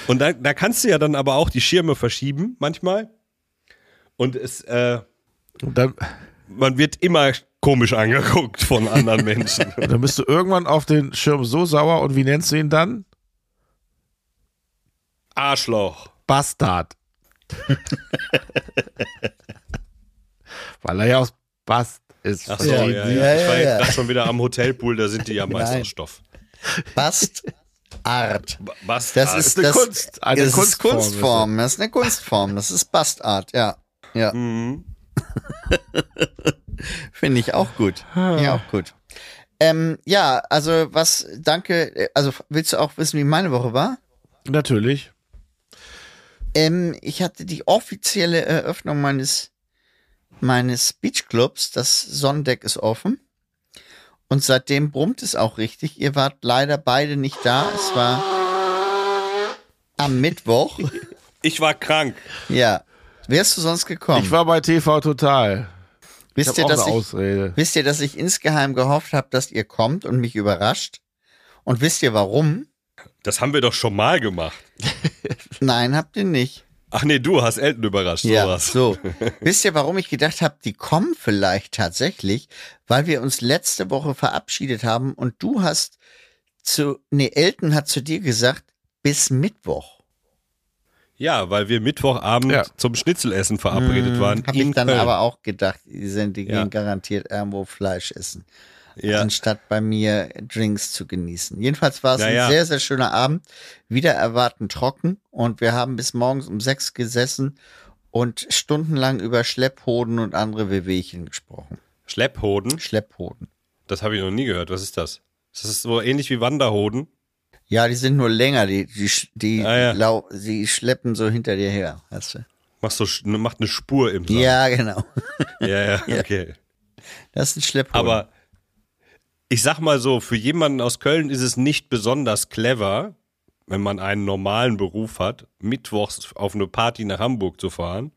S2: Und da, da kannst du ja dann aber auch die Schirme verschieben manchmal. Und es, äh,
S1: Und dann,
S2: man wird immer komisch angeguckt von anderen Menschen.
S1: dann bist du irgendwann auf den Schirm so sauer und wie nennst du ihn dann?
S2: [laughs] Arschloch.
S1: Bastard. [laughs] Weil er ja aus Bast ist.
S2: Ach so, ja, ja,
S1: Verstehen
S2: ja. Ich war
S4: Ja, ja, ja.
S2: jetzt grad schon wieder am Hotelpool, da sind die ja meist
S4: Nein.
S2: aus Stoff.
S4: Bastard.
S2: B- Bastard.
S4: Das ist
S1: eine
S4: das,
S1: Kunst- eine
S4: das
S1: Kunstform
S4: Ist
S1: ist
S4: Kunstform. Das ist eine Kunstform. Das ist Bastard. Ja. Ja.
S2: Mhm.
S4: Finde ich auch gut. Ja, auch gut. Ähm, ja, also was, danke, äh, also willst du auch wissen, wie meine Woche war?
S1: Sie? Natürlich.
S4: Ähm, ich hatte die offizielle Eröffnung meines, meines Beachclubs. Das Sonnendeck ist offen. Und seitdem brummt es auch richtig. Ihr wart leider beide nicht da. Es war
S1: [laughs]
S4: am Mittwoch.
S2: Ich war krank.
S4: Ja. Wärst du sonst gekommen?
S1: Ich war bei TV Total. Ich
S4: wisst,
S1: habe
S4: ihr,
S1: auch
S4: dass
S1: eine
S4: ich,
S1: Ausrede.
S4: wisst ihr, dass ich insgeheim gehofft habe, dass ihr kommt und mich überrascht? Und wisst ihr warum?
S2: Das haben wir doch schon mal gemacht.
S4: Nein, habt ihr nicht.
S2: Ach nee, du hast Elton überrascht, sowas. [laughs]
S4: so. Wisst ihr, warum ich gedacht habe, die kommen vielleicht tatsächlich, weil wir uns letzte Woche verabschiedet haben und du hast zu, nee, Elton hat zu dir gesagt, bis Mittwoch.
S2: Ja, weil wir Mittwochabend
S1: Ja.
S2: zum Schnitzelessen verabredet waren.
S4: Mhm. Hab
S2: in
S4: ich dann
S2: Köln.
S4: aber auch gedacht, die sind, die
S2: Ja.
S4: gehen garantiert irgendwo Fleisch essen.
S2: ja.
S4: anstatt bei mir Drinks zu genießen. Jedenfalls war es
S2: Ja, ja.
S4: ein sehr, sehr schöner Abend. Wieder erwarten trocken und wir haben bis morgens um sechs gesessen und stundenlang über Schlepphoden und andere Wehwehchen gesprochen.
S2: Schlepphoden.
S4: Schlepphoden.
S2: Das habe ich noch nie gehört. Was ist das? Das ist so ähnlich wie Wanderhoden.
S4: Ja, die sind nur länger, die, die, sch- die,
S2: Ah, ja.
S4: lau die schleppen so hinter dir her, weißt du?
S2: Machst so, sch- ne- macht eine Spur im Sand.
S4: Ja, genau. [laughs]
S2: ja, ja, okay.
S4: Das sind Schlepphoden.
S2: Aber ich sag mal so, für jemanden aus Köln ist es nicht besonders clever, wenn man einen normalen Beruf hat, mittwochs auf eine Party nach Hamburg zu fahren.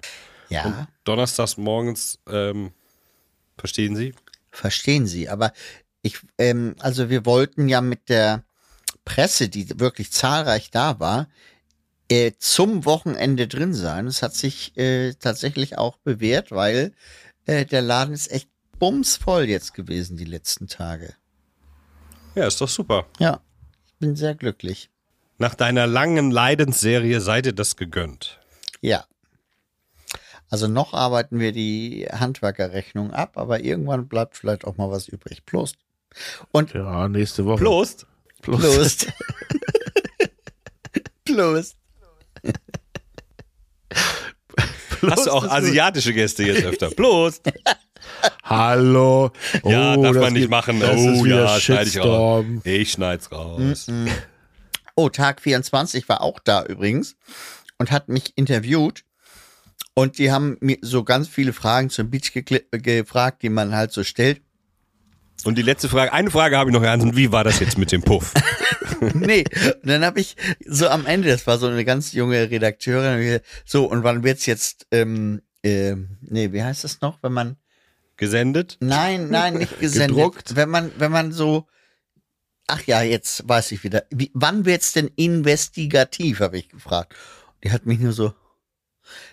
S4: Ja.
S2: Und donnerstags morgens, ähm, verstehen Sie?
S4: Verstehen Sie, aber ich, ähm, also wir wollten ja mit der Presse, die wirklich zahlreich da war, äh, zum Wochenende drin sein. Es hat sich äh, tatsächlich auch bewährt, weil äh, der Laden ist echt bumsvoll jetzt gewesen die letzten Tage.
S2: Ja, ist doch super.
S4: Ja, ich bin sehr glücklich.
S2: Nach deiner langen Leidensserie sei dir das gegönnt.
S4: Ja. Also noch arbeiten wir die Handwerkerrechnung ab, aber irgendwann bleibt vielleicht auch mal was übrig. Prost. Und
S1: Ja, nächste Woche.
S2: Prost!
S1: Plus.
S4: Prost. [laughs] Prost.
S2: Hast du auch asiatische Gäste jetzt öfter? Prost!
S1: Hallo. Oh,
S2: Ja, darf
S1: das
S2: man nicht
S1: geht-
S2: machen.
S1: Das
S2: Oh
S1: ist wieder
S2: ja, schneide ich raus.
S1: Shitstorm.
S2: Ich schneid's raus.
S4: Mhm. Oh, Tag 24 war auch da übrigens und hat mich interviewt. Und die haben mir so ganz viele Fragen zum Beach gekli- gefragt, die man halt so stellt.
S2: Und die letzte Frage, eine Frage habe ich noch, Herr Hansen, wie war das jetzt mit dem Puff?
S4: Nee, und dann habe ich so am Ende, das war so eine ganz junge Redakteurin, hab ich gesagt, so, und wann wird's jetzt, ähm, ähm, nee, wie heißt das noch, wenn man,
S2: Gesendet?
S4: nein,
S1: [laughs]
S4: nein, nicht gesendet.
S1: Gedruckt?
S4: Wenn man, wenn man so, ach ja, jetzt weiß ich wieder, wie, wann wird's denn investigativ, habe ich gefragt. Die hat mich nur so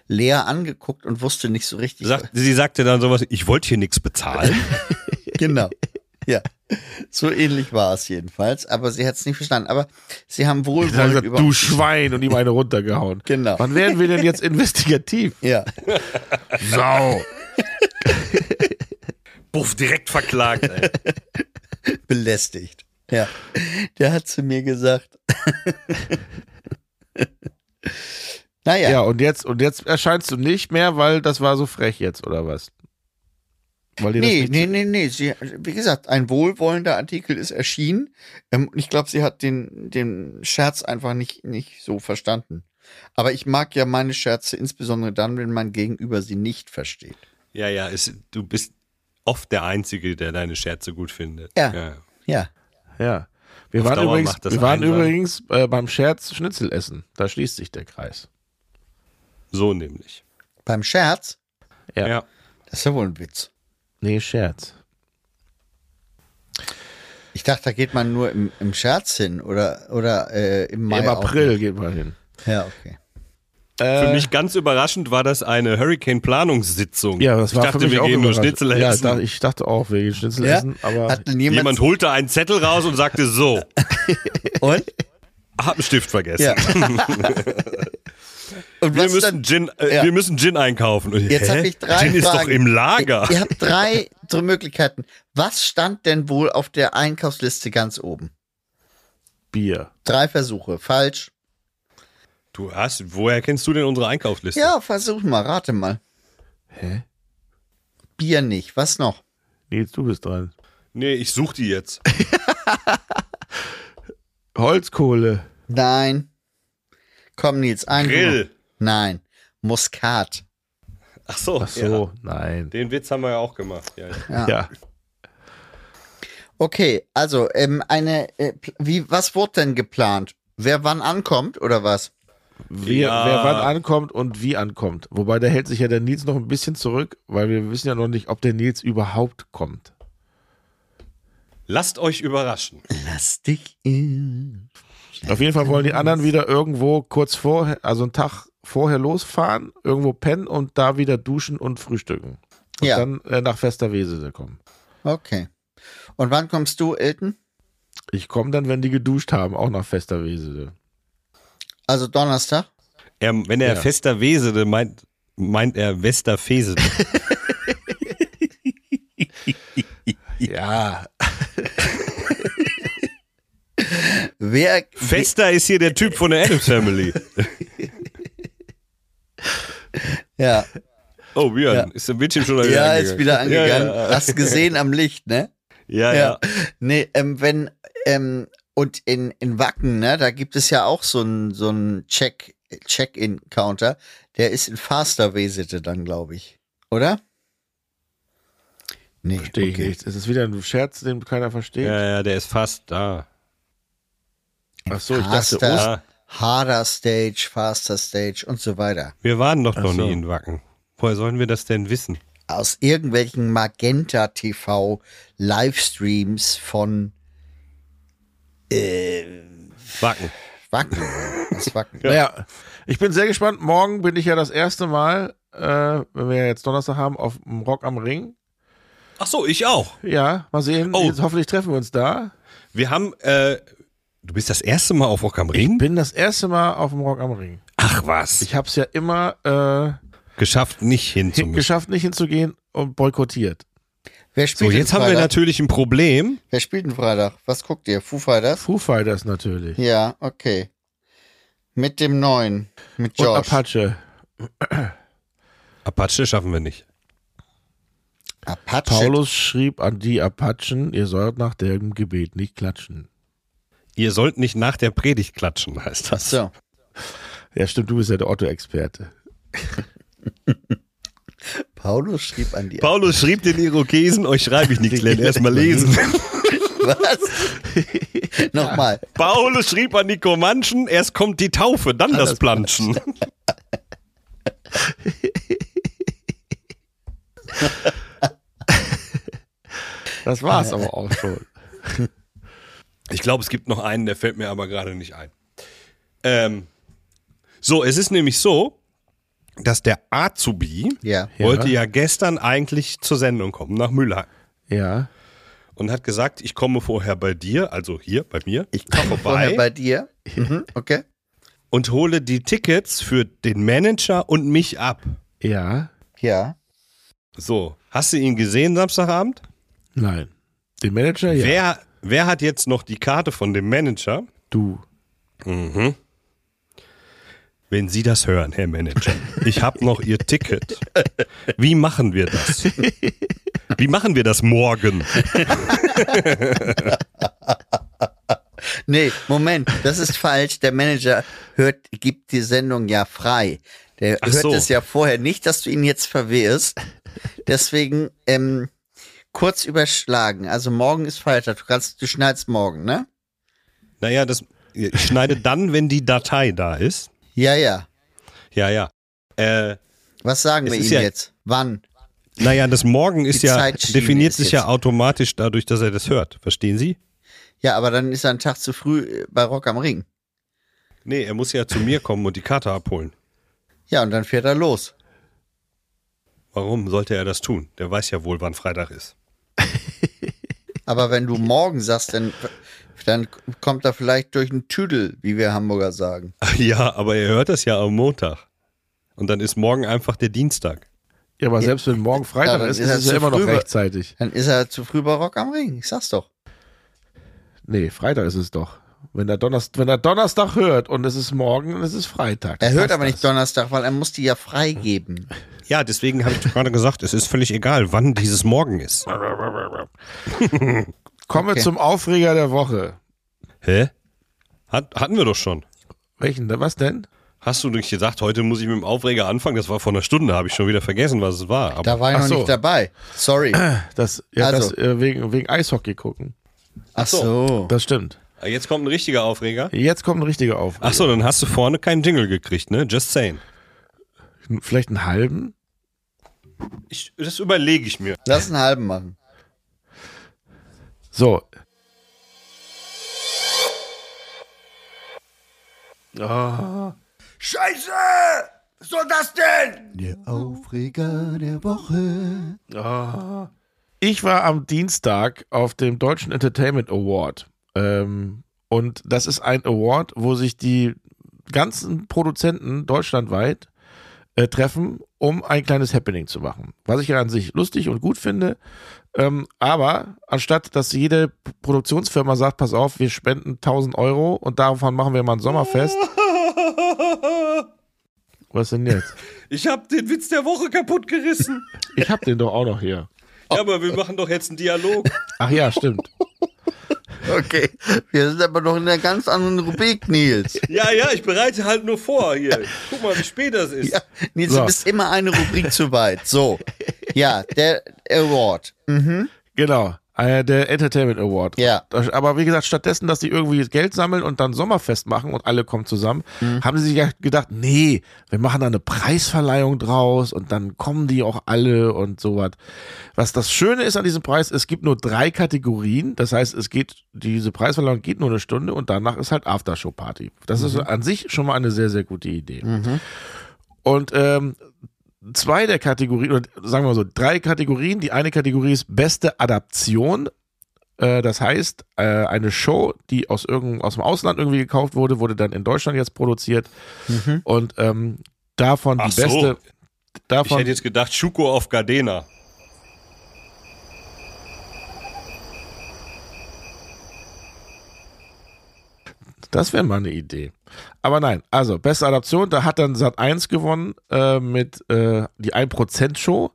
S4: leer angeguckt und wusste nicht so richtig.
S2: Sagt, sie sagte dann sowas, ich wollte hier nichts bezahlen.
S4: [laughs]
S1: [laughs]
S4: Genau. Ja. So ähnlich war es jedenfalls, aber sie hat es nicht verstanden. Aber sie haben
S1: Ich hab
S4: wohlwollend
S1: gesagt,
S4: über.
S1: du Schwein und ihm eine runtergehauen.
S4: Genau.
S1: Wann werden wir denn jetzt investigativ?
S4: Ja.
S1: [laughs] Sau.
S2: Puff, direkt verklagt, ey.
S4: belästigt. Ja. Der hat zu mir gesagt. [laughs] naja,
S1: Ja. und jetzt und jetzt erscheinst du nicht mehr, weil das war so frech jetzt oder was? Weil dir
S4: nee,
S1: das
S4: nee, nee, nee. Sie, wie gesagt, ein wohlwollender Artikel ist erschienen. Ähm, und ich glaube, sie hat den, den Scherz einfach nicht, nicht so verstanden. Aber ich mag ja meine Scherze, insbesondere dann, wenn mein Gegenüber sie nicht versteht.
S2: [laughs] Ja, ja, es, du bist oft der Einzige, der deine Scherze gut findet.
S4: Ja. Ja.
S1: ja. Wir
S2: Auf
S1: waren
S2: Dauer
S1: übrigens,
S2: macht das
S1: wir waren
S2: einsam.
S1: übrigens äh, beim Scherz Schnitzel essen. Da schließt sich der Kreis.
S2: So nämlich.
S4: Beim Scherz,
S1: Ja.
S2: ja.
S4: das ist ja wohl ein Witz.
S1: Nee, Scherz.
S4: Ich dachte, da geht man nur im, im Scherz hin oder, oder äh, im Mai.
S1: Im
S4: auch
S1: April geht man hin.
S4: nicht. Ja, okay.
S2: Für
S1: Äh,
S2: mich ganz überraschend war das eine Hurricane-Planungssitzung.
S1: ja, das
S2: ich
S1: war
S2: dachte,
S1: für mich
S2: wir
S1: auch
S2: gehen nur
S1: überraschend.
S2: Schnitzel
S1: Ja, ich
S2: essen.
S1: dachte, ich dachte auch, wir gehen Schnitzel
S4: Ja?
S1: essen, aber
S4: Hat denn jemand,
S2: Jemand holte einen Zettel raus und sagte so, [laughs]
S4: und?
S2: hab einen Stift vergessen. [laughs]
S4: Ja. [laughs] Und
S2: Wir
S4: was
S2: müssen,
S4: dann?
S2: Gin, äh,
S4: Ja.
S2: wir müssen Gin einkaufen. Und,
S4: Jetzt
S2: hä?
S4: habe ich drei
S2: Gin
S4: Fragen.
S2: ist doch im Lager.
S4: Ihr, ihr habt [laughs] drei so Möglichkeiten. Was stand denn wohl auf der Einkaufsliste ganz oben?
S1: Bier.
S4: Drei Versuche. Falsch.
S2: Du hast, woher kennst du denn unsere Einkaufsliste?
S4: Ja, versuch mal, rate mal.
S1: Hä?
S4: Bier nicht. Was noch?
S1: Nils, du bist dran.
S2: Nee, ich suche die jetzt.
S1: Holzkohle.
S4: Nein. Komm, Nils, ein.
S2: Grill.
S4: Nein. Muskat.
S2: Ach so.
S1: Ach
S2: Ja.
S1: so, nein.
S2: Den Witz haben wir ja auch gemacht. Ja, ja.
S4: Ja.
S1: Ja.
S4: Okay, also ähm, eine, äh, pl- wie, was wurde denn geplant? Wer wann ankommt oder was?
S1: Wer,
S2: Ja.
S1: wer wann ankommt und wie ankommt. Wobei da hält sich ja der Nils noch ein bisschen zurück, weil wir wissen ja noch nicht, ob der Nils überhaupt kommt.
S2: Lasst euch überraschen.
S4: Lass dich in.
S1: Auf jeden Fall wollen die anderen wieder irgendwo kurz vorher, also einen Tag vorher losfahren, irgendwo pennen und da wieder duschen und frühstücken. Und
S4: Ja.
S1: dann äh, nach Fester Wesel kommen.
S4: Okay. Und wann kommst du, Elton?
S1: Ich komme dann, wenn die geduscht haben, auch nach Fester Wesel.
S4: Also Donnerstag?
S2: Er, wenn
S1: Ja.
S2: er fester Wesede meint, meint er
S4: [laughs]
S2: Westerfesede.
S1: Ja.
S4: Wer,
S2: Fester ist hier der Typ von der Adams Family.
S4: ja,
S2: Oh, Björn,
S4: Ja.
S2: ist ein Bildschirm schon wieder
S4: ja,
S2: angegangen.
S4: ist wieder angegangen. Hast gesehen am Licht, ne?
S2: Ja, ja. ja.
S4: Nee, ähm, wenn, ähm, und in, in Wacken, ne, da gibt es ja auch so einen so einen Check, Check-In-Counter. Der ist in Faster Wesete dann, glaube ich. Oder? Nee,
S1: Verstehe ich nicht. Es ist wieder ein Scherz, den keiner versteht.
S2: ja, ja, der ist fast da.
S1: Ach so, ich
S4: Faster.
S1: dachte, Ost,
S2: Ja.
S4: harder Stage, faster Stage und so weiter.
S2: Wir waren doch noch
S1: so.
S2: nie in Wacken. Woher sollen wir das denn wissen?
S4: Aus irgendwelchen Magenta TV Livestreams von äh,
S2: Wacken.
S4: Wacken. Das Wacken.
S1: Naja, ich bin sehr gespannt. Morgen bin ich ja das erste Mal, äh, wenn wir ja jetzt Donnerstag haben, auf dem Rock am Ring.
S2: Ach so, ich auch.
S1: Ja, mal sehen.
S2: Oh.
S1: Jetzt, hoffentlich treffen wir uns da.
S2: Wir haben, äh, du bist das erste Mal auf Rock am Ring?
S1: Bin das erste Mal auf dem Rock am Ring.
S2: Ach was.
S1: Ich habe es ja immer äh,
S2: geschafft, nicht
S1: hin,
S2: hinzumischen.
S1: geschafft, nicht hinzugehen und boykottiert.
S4: Wer spielt
S2: So,
S4: denn
S2: jetzt haben wir
S4: Freitag?
S2: natürlich ein Problem.
S4: Wer spielt denn Freitag? Was guckt ihr? Foo Fighters?
S1: Foo Fighters natürlich.
S4: Ja, okay. Mit dem neuen, mit
S1: Und
S4: Josh.
S1: Apache.
S2: Apache schaffen wir nicht.
S4: Apache.
S1: Paulus schrieb an die Apachen, ihr sollt nach dem Gebet nicht klatschen.
S2: Ihr sollt nicht nach der Predigt klatschen, heißt das.
S4: So.
S1: Ja, stimmt, du bist ja der Otto-Experte.
S4: Paulus schrieb an die.
S2: Paulus schrieb den Irokesen, euch schreibe ich nichts, lernt erstmal lesen.
S4: [laughs] Was? Nochmal.
S2: Paulus schrieb an die Comanchen, erst kommt die Taufe, dann das Planschen.
S1: Das
S2: Äh.
S1: war's aber auch schon.
S2: [laughs] Ich glaube, es gibt noch einen, der fällt mir aber gerade nicht ein. Ähm, so, es ist nämlich so, dass der Azubi
S4: Ja.
S2: wollte ja gestern eigentlich zur Sendung kommen, nach Mühlheim.
S1: Ja.
S2: Und hat gesagt, ich komme vorher bei dir, also hier bei mir,
S4: Ich komme vorher bei dir. Mhm, okay.
S2: und hole die Tickets für den Manager und mich ab.
S1: Ja.
S4: Ja.
S2: So, hast du ihn gesehen Samstagabend?
S1: Nein. Den Manager? Ja.
S2: Wer, wer hat jetzt noch die Karte von dem Manager?
S1: Du.
S2: Wenn Sie das hören, Herr Manager, ich habe noch Ihr Ticket. Wie machen wir das? Wie machen wir das morgen?
S4: Nee, Moment, das ist falsch. Der Manager hört, gibt die Sendung ja frei. Der
S2: Ach
S4: hört
S2: so.
S4: es ja vorher nicht, dass du ihn jetzt verwirrst. Deswegen, ähm, kurz überschlagen. Also morgen ist Freitag. Du kannst, du schneidest morgen, ne?
S2: Naja, das, ich schneide dann, wenn die Datei da ist.
S4: Ja, ja.
S2: Ja, ja. Äh,
S4: Was sagen
S2: Es
S4: wir
S2: ist
S4: ihm
S2: ja-
S4: jetzt? Wann?
S2: naja, das Morgen ist
S4: Die
S2: ja,
S4: Zeitschiene
S2: definiert
S4: ist
S2: sich
S4: jetzt-
S2: ja automatisch dadurch, dass er das hört. Verstehen Sie?
S4: Ja, aber dann ist er einen Tag zu früh äh, bei Rock am Ring.
S2: Nee, er muss ja zu mir kommen und die Karte abholen.
S4: Ja, und dann fährt er los.
S2: Warum sollte er das tun? Der weiß ja wohl, wann Freitag ist.
S4: Aber wenn du morgen sagst, dann, dann kommt er vielleicht durch einen Tüdel, wie wir Hamburger sagen.
S2: Ja, aber er hört das ja am Montag. Und dann ist morgen einfach der Dienstag.
S1: Ja, aber selbst wenn morgen Freitag
S4: dann
S1: ist,
S4: ist
S1: ist
S4: er
S1: es ja
S4: zu
S1: immer noch
S4: früh bei-
S1: rechtzeitig.
S4: Dann ist er zu früh bei Rock am Ring. Ich sag's doch.
S1: Nee, Freitag ist es doch. Wenn er, Donnerst wenn er Donnerstag hört und es ist morgen und es ist Freitag.
S4: Er
S1: dann
S4: hört
S1: passt
S4: aber nicht
S1: das.
S4: Donnerstag, weil er muss die ja freigeben.
S2: Ja, deswegen habe ich doch gerade gesagt, es ist völlig egal, wann dieses Morgen ist.
S1: Kommen wir
S4: Okay.
S1: zum Aufreger der Woche.
S2: Hä? Hat, hatten wir doch schon.
S1: Welchen? denn? Was denn?
S2: Hast du nicht gesagt, heute muss ich mit dem Aufreger anfangen? Das war vor einer Stunde, habe ich schon wieder vergessen, was es war. Aber
S4: Da war ich
S1: Ach
S4: noch
S1: so.
S4: nicht dabei. Sorry.
S1: Das, ja,
S4: Also.
S1: das äh, wegen, wegen Eishockey gucken.
S4: Ach so.
S1: Das stimmt.
S2: jetzt kommt ein richtiger Aufreger.
S1: Jetzt kommt ein richtiger Aufreger.
S2: Achso, dann hast du vorne keinen Jingle gekriegt, ne? Just saying.
S4: Ah.
S1: Vielleicht einen halben?
S2: Ich, das überlege ich mir.
S4: Lass einen halben machen.
S1: So. Ah.
S3: Scheiße! Was soll das denn?
S1: Ah. Ich war am Dienstag auf dem Deutschen Entertainment Award. Ähm, und das ist ein Award, wo sich die ganzen Produzenten deutschlandweit äh, treffen, um ein kleines Happening zu machen. Was ich ja an sich lustig und gut finde. Ähm, aber anstatt, dass jede Produktionsfirma sagt, pass auf, wir spenden 1000 Euro und davon machen wir mal ein Sommerfest. Was denn jetzt?
S2: Ich habe den Witz der Woche kaputt gerissen. Oh.
S1: Ich hab den doch auch noch hier.
S2: [laughs] Ja, aber wir machen doch jetzt einen Dialog.
S1: Ach ja, stimmt.
S4: Okay. Wir sind aber noch in einer ganz anderen Rubrik, Nils.
S2: Ja, ja, ich bereite halt nur vor hier. Guck mal, wie spät das ist.
S4: [laughs] Ja, Nils,
S1: So.
S4: du bist immer eine Rubrik zu weit. So. Ja, der Award.
S1: Genau. Äh, der Entertainment Award.
S4: Ja.
S1: Das- Aber wie gesagt, stattdessen, dass die irgendwie Geld sammeln und dann Sommerfest machen und alle kommen zusammen, haben sie sich ja gedacht, nee, wir machen da eine Preisverleihung draus und dann kommen die auch alle und sowas. Was das Schöne ist an diesem Preis, es gibt nur drei Kategorien. Das heißt, es geht, diese Preisverleihung geht nur eine Stunde und danach ist halt Aftershow-Party. Das ist an sich schon mal eine sehr, sehr gute Idee. Und ähm, zwei der Kategorien, oder sagen wir mal so, drei Kategorien. Die eine Kategorie ist beste Adaption. Äh, Das heißt, äh, eine Show, die aus, irgend, aus dem Ausland irgendwie gekauft wurde, wurde dann in Deutschland jetzt produziert. Und ähm, davon
S2: Ach
S1: die beste.
S2: so. Ich
S1: Davon,
S2: hätte jetzt gedacht, Schuko auf Gardena.
S1: das wäre mal eine Idee. Aber nein, also beste Adaption, da hat dann Sat 1 gewonnen äh, mit äh, die 1% Show.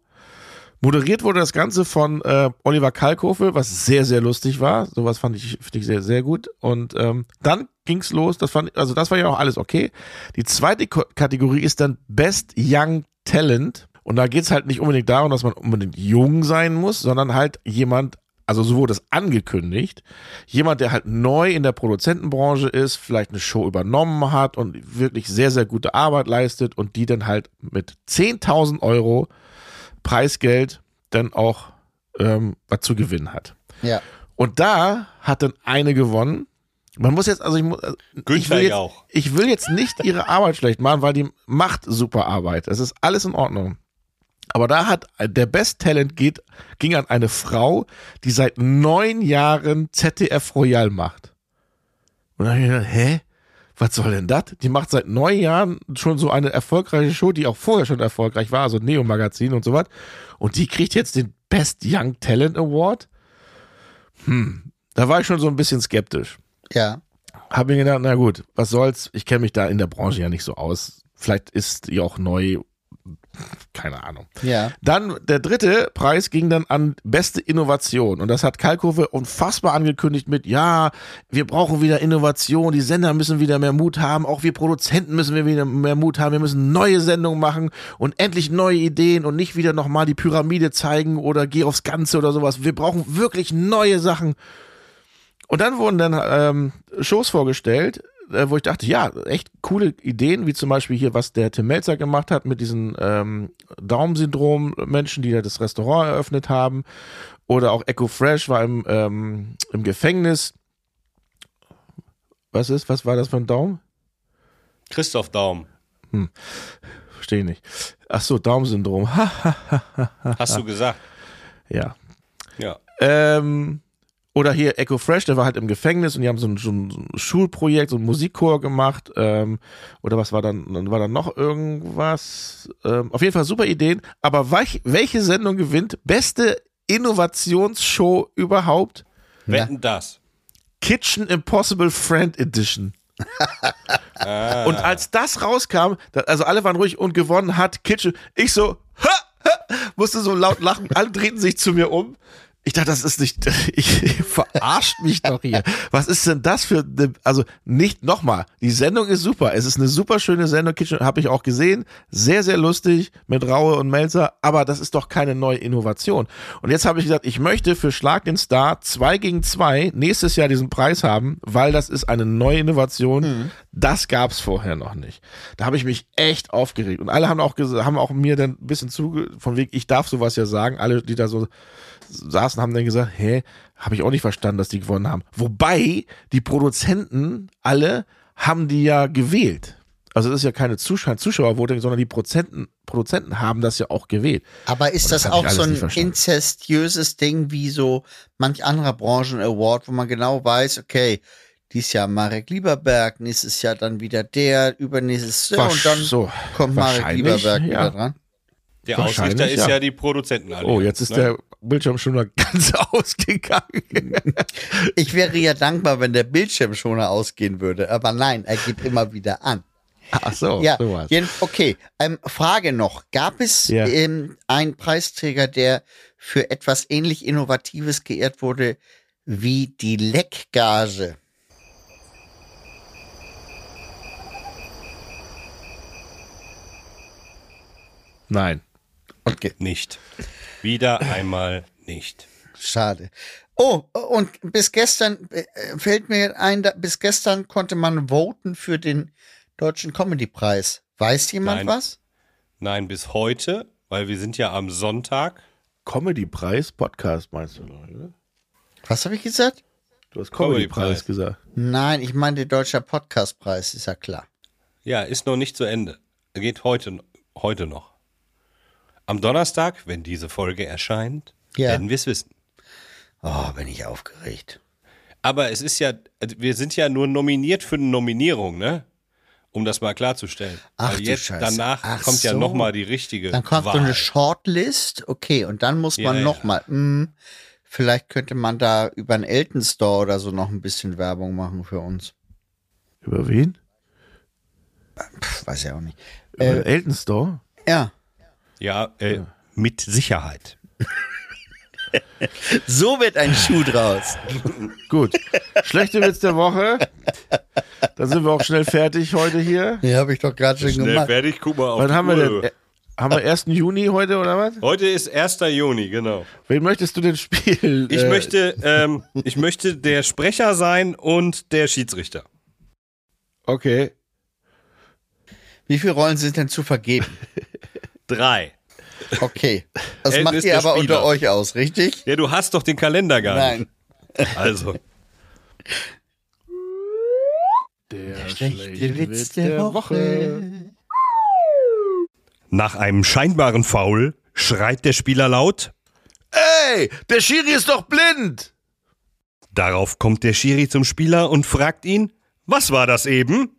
S1: Moderiert wurde das Ganze von äh, Oliver Kalkofe, was sehr, sehr lustig war. Sowas fand ich, fand ich sehr, sehr gut. Und ähm, dann ging's los. Das fand, also das war ja auch alles okay. Die zweite Ko Kategorie ist dann Best Young Talent. Und da geht's halt nicht unbedingt darum, dass man unbedingt jung sein muss, sondern halt jemand, also so wurde es angekündigt, jemand, der halt neu in der Produzentenbranche ist, vielleicht eine Show übernommen hat und wirklich sehr, sehr gute Arbeit leistet und die dann halt mit 10.000 Euro Preisgeld dann auch ähm, was zu gewinnen hat.
S4: Ja.
S1: Und da hat dann eine gewonnen. Man muss jetzt, also ich muss. ich
S2: Günther
S1: will jetzt,
S2: Jauch.
S1: Ich will jetzt nicht ihre Arbeit schlecht machen, weil die macht super Arbeit. Es ist alles in Ordnung. Aber da hat der Best Talent geht, ging an eine Frau, die seit neun Jahren ZDF Royal macht. Und dann hab ich gedacht, hä? Was soll denn das? Die macht seit neun Jahren schon so eine erfolgreiche Show, die auch vorher schon erfolgreich war, also Neo Magazin und sowas. Und die kriegt jetzt den Best Young Talent Award. Hm, da war ich schon so ein bisschen skeptisch.
S4: Ja.
S1: Hab mir gedacht, na gut, was soll's? Ich kenne mich da in der Branche ja nicht so aus. Vielleicht ist die auch neu. Keine Ahnung.
S4: Ja.
S1: Dann der dritte Preis ging dann an beste Innovation. Und das hat Kalkofe unfassbar angekündigt mit, ja, wir brauchen wieder Innovation, die Sender müssen wieder mehr Mut haben, auch wir Produzenten müssen wir wieder mehr Mut haben, wir müssen neue Sendungen machen und endlich neue Ideen und nicht wieder nochmal die Pyramide zeigen oder geh aufs Ganze oder sowas. Wir brauchen wirklich neue Sachen. Und dann wurden dann ähm, Shows vorgestellt, äh, wo ich dachte, ja, echt coole Ideen, wie zum Beispiel hier, was der Tim Melzer gemacht hat mit diesen ähm, Daumensyndrom-Menschen, die da das Restaurant eröffnet haben. Oder auch Echo Fresh war im, ähm, im Gefängnis. Was ist, was war das für ein Daumen?
S2: Christoph Daum.
S1: Verstehe ich nicht. Ach so, Daumensyndrom. Ha,
S2: Hast du gesagt?
S1: ja.
S2: Ja.
S1: Ähm, oder hier Echo Fresh, der war halt im Gefängnis und die haben so ein, so ein, so ein Schulprojekt, so ein Musikchor gemacht. Ähm, oder was war dann, dann war dann noch irgendwas? Ähm, auf jeden Fall super Ideen. Aber welch, welche Sendung gewinnt? Beste Innovationsshow überhaupt?
S2: Wetten das.
S1: Kitchen Impossible Friend Edition.
S2: Ah.
S1: Und als das rauskam, da, also alle waren ruhig und gewonnen hat Kitchen. Ich so, ha, ha, musste so laut lachen. Alle drehten sich zu mir um. Ich dachte, das ist nicht, [laughs] ich, ihr verarscht mich doch hier. Was ist denn das für, eine- also nicht nochmal. Die Sendung ist super. Es ist eine super schöne Sendung. Kitchen habe ich auch gesehen. Sehr, sehr lustig mit Raue und Melzer. Aber das ist doch keine neue Innovation. Und jetzt habe ich gesagt, ich möchte für Schlag den Star 2 gegen 2 nächstes Jahr diesen Preis haben, weil das ist eine neue Innovation. Das gab es vorher noch nicht. Da habe ich mich echt aufgeregt. Und alle haben auch, ges- haben auch mir dann ein bisschen zuge, von wegen, ich darf sowas ja sagen. Alle, die da so saßen, haben dann gesagt, hä, habe ich auch nicht verstanden, dass die gewonnen haben. Wobei die Produzenten alle haben die ja gewählt. Also es ist ja keine Zuschauer Zuschauervoting, sondern die Prozenten, Produzenten haben das ja auch gewählt.
S4: Aber ist
S1: Und Oh, das
S4: das,
S1: hab ich
S4: auch
S1: alles
S4: so ein
S1: nicht verstanden.
S4: inzestiöses Ding wie so manch anderer Branchen-Award, wo man genau weiß, okay, dies Jahr Marek Lieberberg, nächstes Jahr dann wieder der, übernächstes Jahr
S1: Wasch-
S4: und dann
S1: so,
S4: kommt Marek
S1: wahrscheinlich,
S4: Lieberberg
S1: ja.
S4: wieder dran.
S2: Der
S1: Wahrscheinlich,
S2: Ausrichter ist
S1: ja.
S2: ja, die Produzentenallianz. ne?
S1: Oh, jetzt ist der Bildschirm schon mal [laughs] ganz ausgegangen.
S4: [laughs] Ich wäre ja dankbar, wenn der Bildschirmschoner ausgehen würde, aber nein, er geht immer wieder an.
S1: Ach so,
S4: ja,
S1: Oh, sowas.
S4: jeden- okay. Ähm, Frage noch: Gab es
S1: Ja.
S4: ähm, einen Preisträger, der für etwas ähnlich Innovatives geehrt wurde wie die Leckgage?
S1: Nein.
S4: Okay.
S2: Nicht. Wieder einmal nicht.
S4: Schade. Oh, und bis gestern äh, fällt mir ein, da, bis gestern konnte man voten für den Deutschen Comedy-Preis. Weiß
S2: Nein.
S4: jemand was?
S2: Nein, bis heute, weil wir sind ja am Sonntag.
S1: Comedy-Preis, Podcast meinst du, noch, oder?
S4: Was habe ich gesagt?
S1: Du hast
S2: Comedy-Preis.
S1: Comedy-Preis gesagt.
S4: Nein, ich meine den Deutscher Podcast-Preis, ist ja klar.
S2: Ja, ist noch nicht zu Ende. Geht heute, heute noch. Am Donnerstag, wenn diese Folge erscheint,
S4: Ja.
S2: werden wir es wissen.
S4: Oh, bin ich aufgeregt.
S2: Aber es ist ja, wir sind ja nur nominiert für eine Nominierung, ne? Um das mal klarzustellen.
S4: Ach
S2: Weil
S4: du
S2: jetzt
S4: Scheiße.
S2: danach
S4: Ach
S2: kommt ja
S4: so.
S2: nochmal die richtige.
S4: Dann kommt
S2: Wahl.
S4: so eine Shortlist, okay, und dann muss man
S2: Ja,
S4: noch
S2: ja.
S4: mal, hm, vielleicht könnte man da über einen Elton Store oder so noch ein bisschen Werbung machen für uns.
S1: Über wen?
S4: Pff, weiß ja auch nicht. Äh,
S1: Über den Elton Store?
S4: Ja,
S2: Ja, äh, mit Sicherheit.
S4: so wird ein Schuh draus.
S1: Gut. Schlechte Witz der Woche. Dann sind wir auch schnell fertig heute hier.
S4: [laughs] Ja, habe ich doch gerade schon
S2: Schnell
S4: gemacht.
S2: fertig, guck mal auf
S1: Wann
S2: die
S1: haben wir
S2: Uhr.
S1: denn? Äh, Haben wir 1. Juni heute oder
S4: Äh,
S1: was?
S2: Heute ist 1. Juni, genau.
S1: Wen möchtest du denn spielen?
S2: Ich
S1: Äh,
S2: möchte, ähm, ich möchte der Sprecher sein und der Schiedsrichter.
S1: Okay.
S4: Wie viele Rollen sind denn zu vergeben?
S2: Drei.
S4: Okay, das
S2: Elton
S4: macht
S2: ist
S4: ihr
S2: der
S4: aber unter
S2: Spieler.
S4: euch aus, richtig?
S2: Ja, du hast doch den Kalender gar
S4: Nein.
S2: nicht. Also,
S1: Der,
S4: schlechte Witz der
S2: nach einem scheinbaren Foul schreit der Spieler laut.
S1: Ey, der Schiri ist doch blind.
S2: Darauf kommt der Schiri zum Spieler und fragt ihn, was war das eben?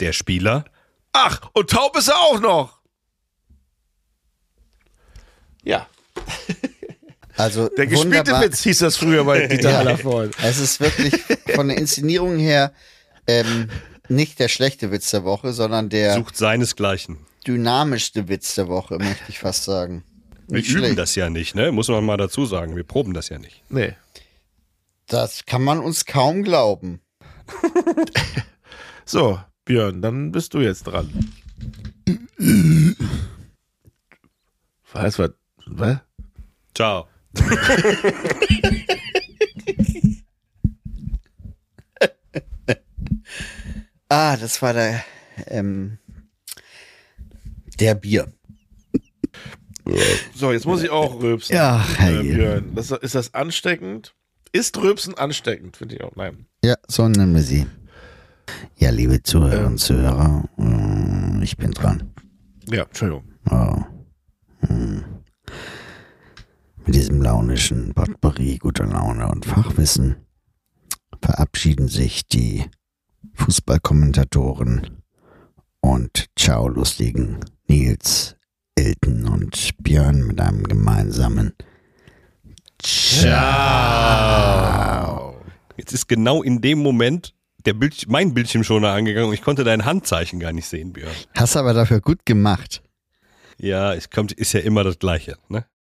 S2: Der Spieler,
S1: Ach, und taub ist er auch noch. Ja,
S4: Also
S1: der gespielte
S4: wunderbar.
S1: Witz hieß das früher
S4: [laughs]
S1: bei Dieter
S4: Ja.
S1: Hallervorden.
S4: Es ist wirklich von der Inszenierung her ähm, nicht der schlechte Witz der Woche, sondern der
S2: sucht seinesgleichen.
S4: dynamischste Witz der Woche, möchte ich fast sagen.
S2: Wir
S4: Nicht
S2: üben
S4: schlecht.
S2: das ja nicht, ne? Muss man mal dazu sagen. Wir proben das ja nicht.
S1: Nee.
S4: Das kann man uns kaum glauben.
S1: So, Björn, dann bist du jetzt dran. Was, was, was?
S2: Ciao.
S4: Ah, das war der, ähm, der Bier.
S1: So, jetzt muss ich auch rülpsen.
S4: Ja,
S1: äh,
S4: Herrje.
S1: Björn. Das, ist das ansteckend? Ist Rülpsen ansteckend? Finde ich auch. Nein.
S4: Ja, so nennen wir sie. Ja, liebe Zuhörer und Zuhörer, mm, ich bin dran.
S1: Ja, Entschuldigung.
S4: Oh. Hm. Mit diesem launischen Potpourri guter Laune und Fachwissen verabschieden sich die Fußballkommentatoren und ciao lustigen Nils, Elton und Björn mit einem gemeinsamen Ciao.
S2: Jetzt ist genau in dem Moment der Bild, mein Bildschirmschoner angegangen und ich konnte dein Handzeichen gar nicht sehen, Björn.
S4: Hast aber dafür gut gemacht.
S2: Ja, es kommt, ist ja immer das Gleiche, ne?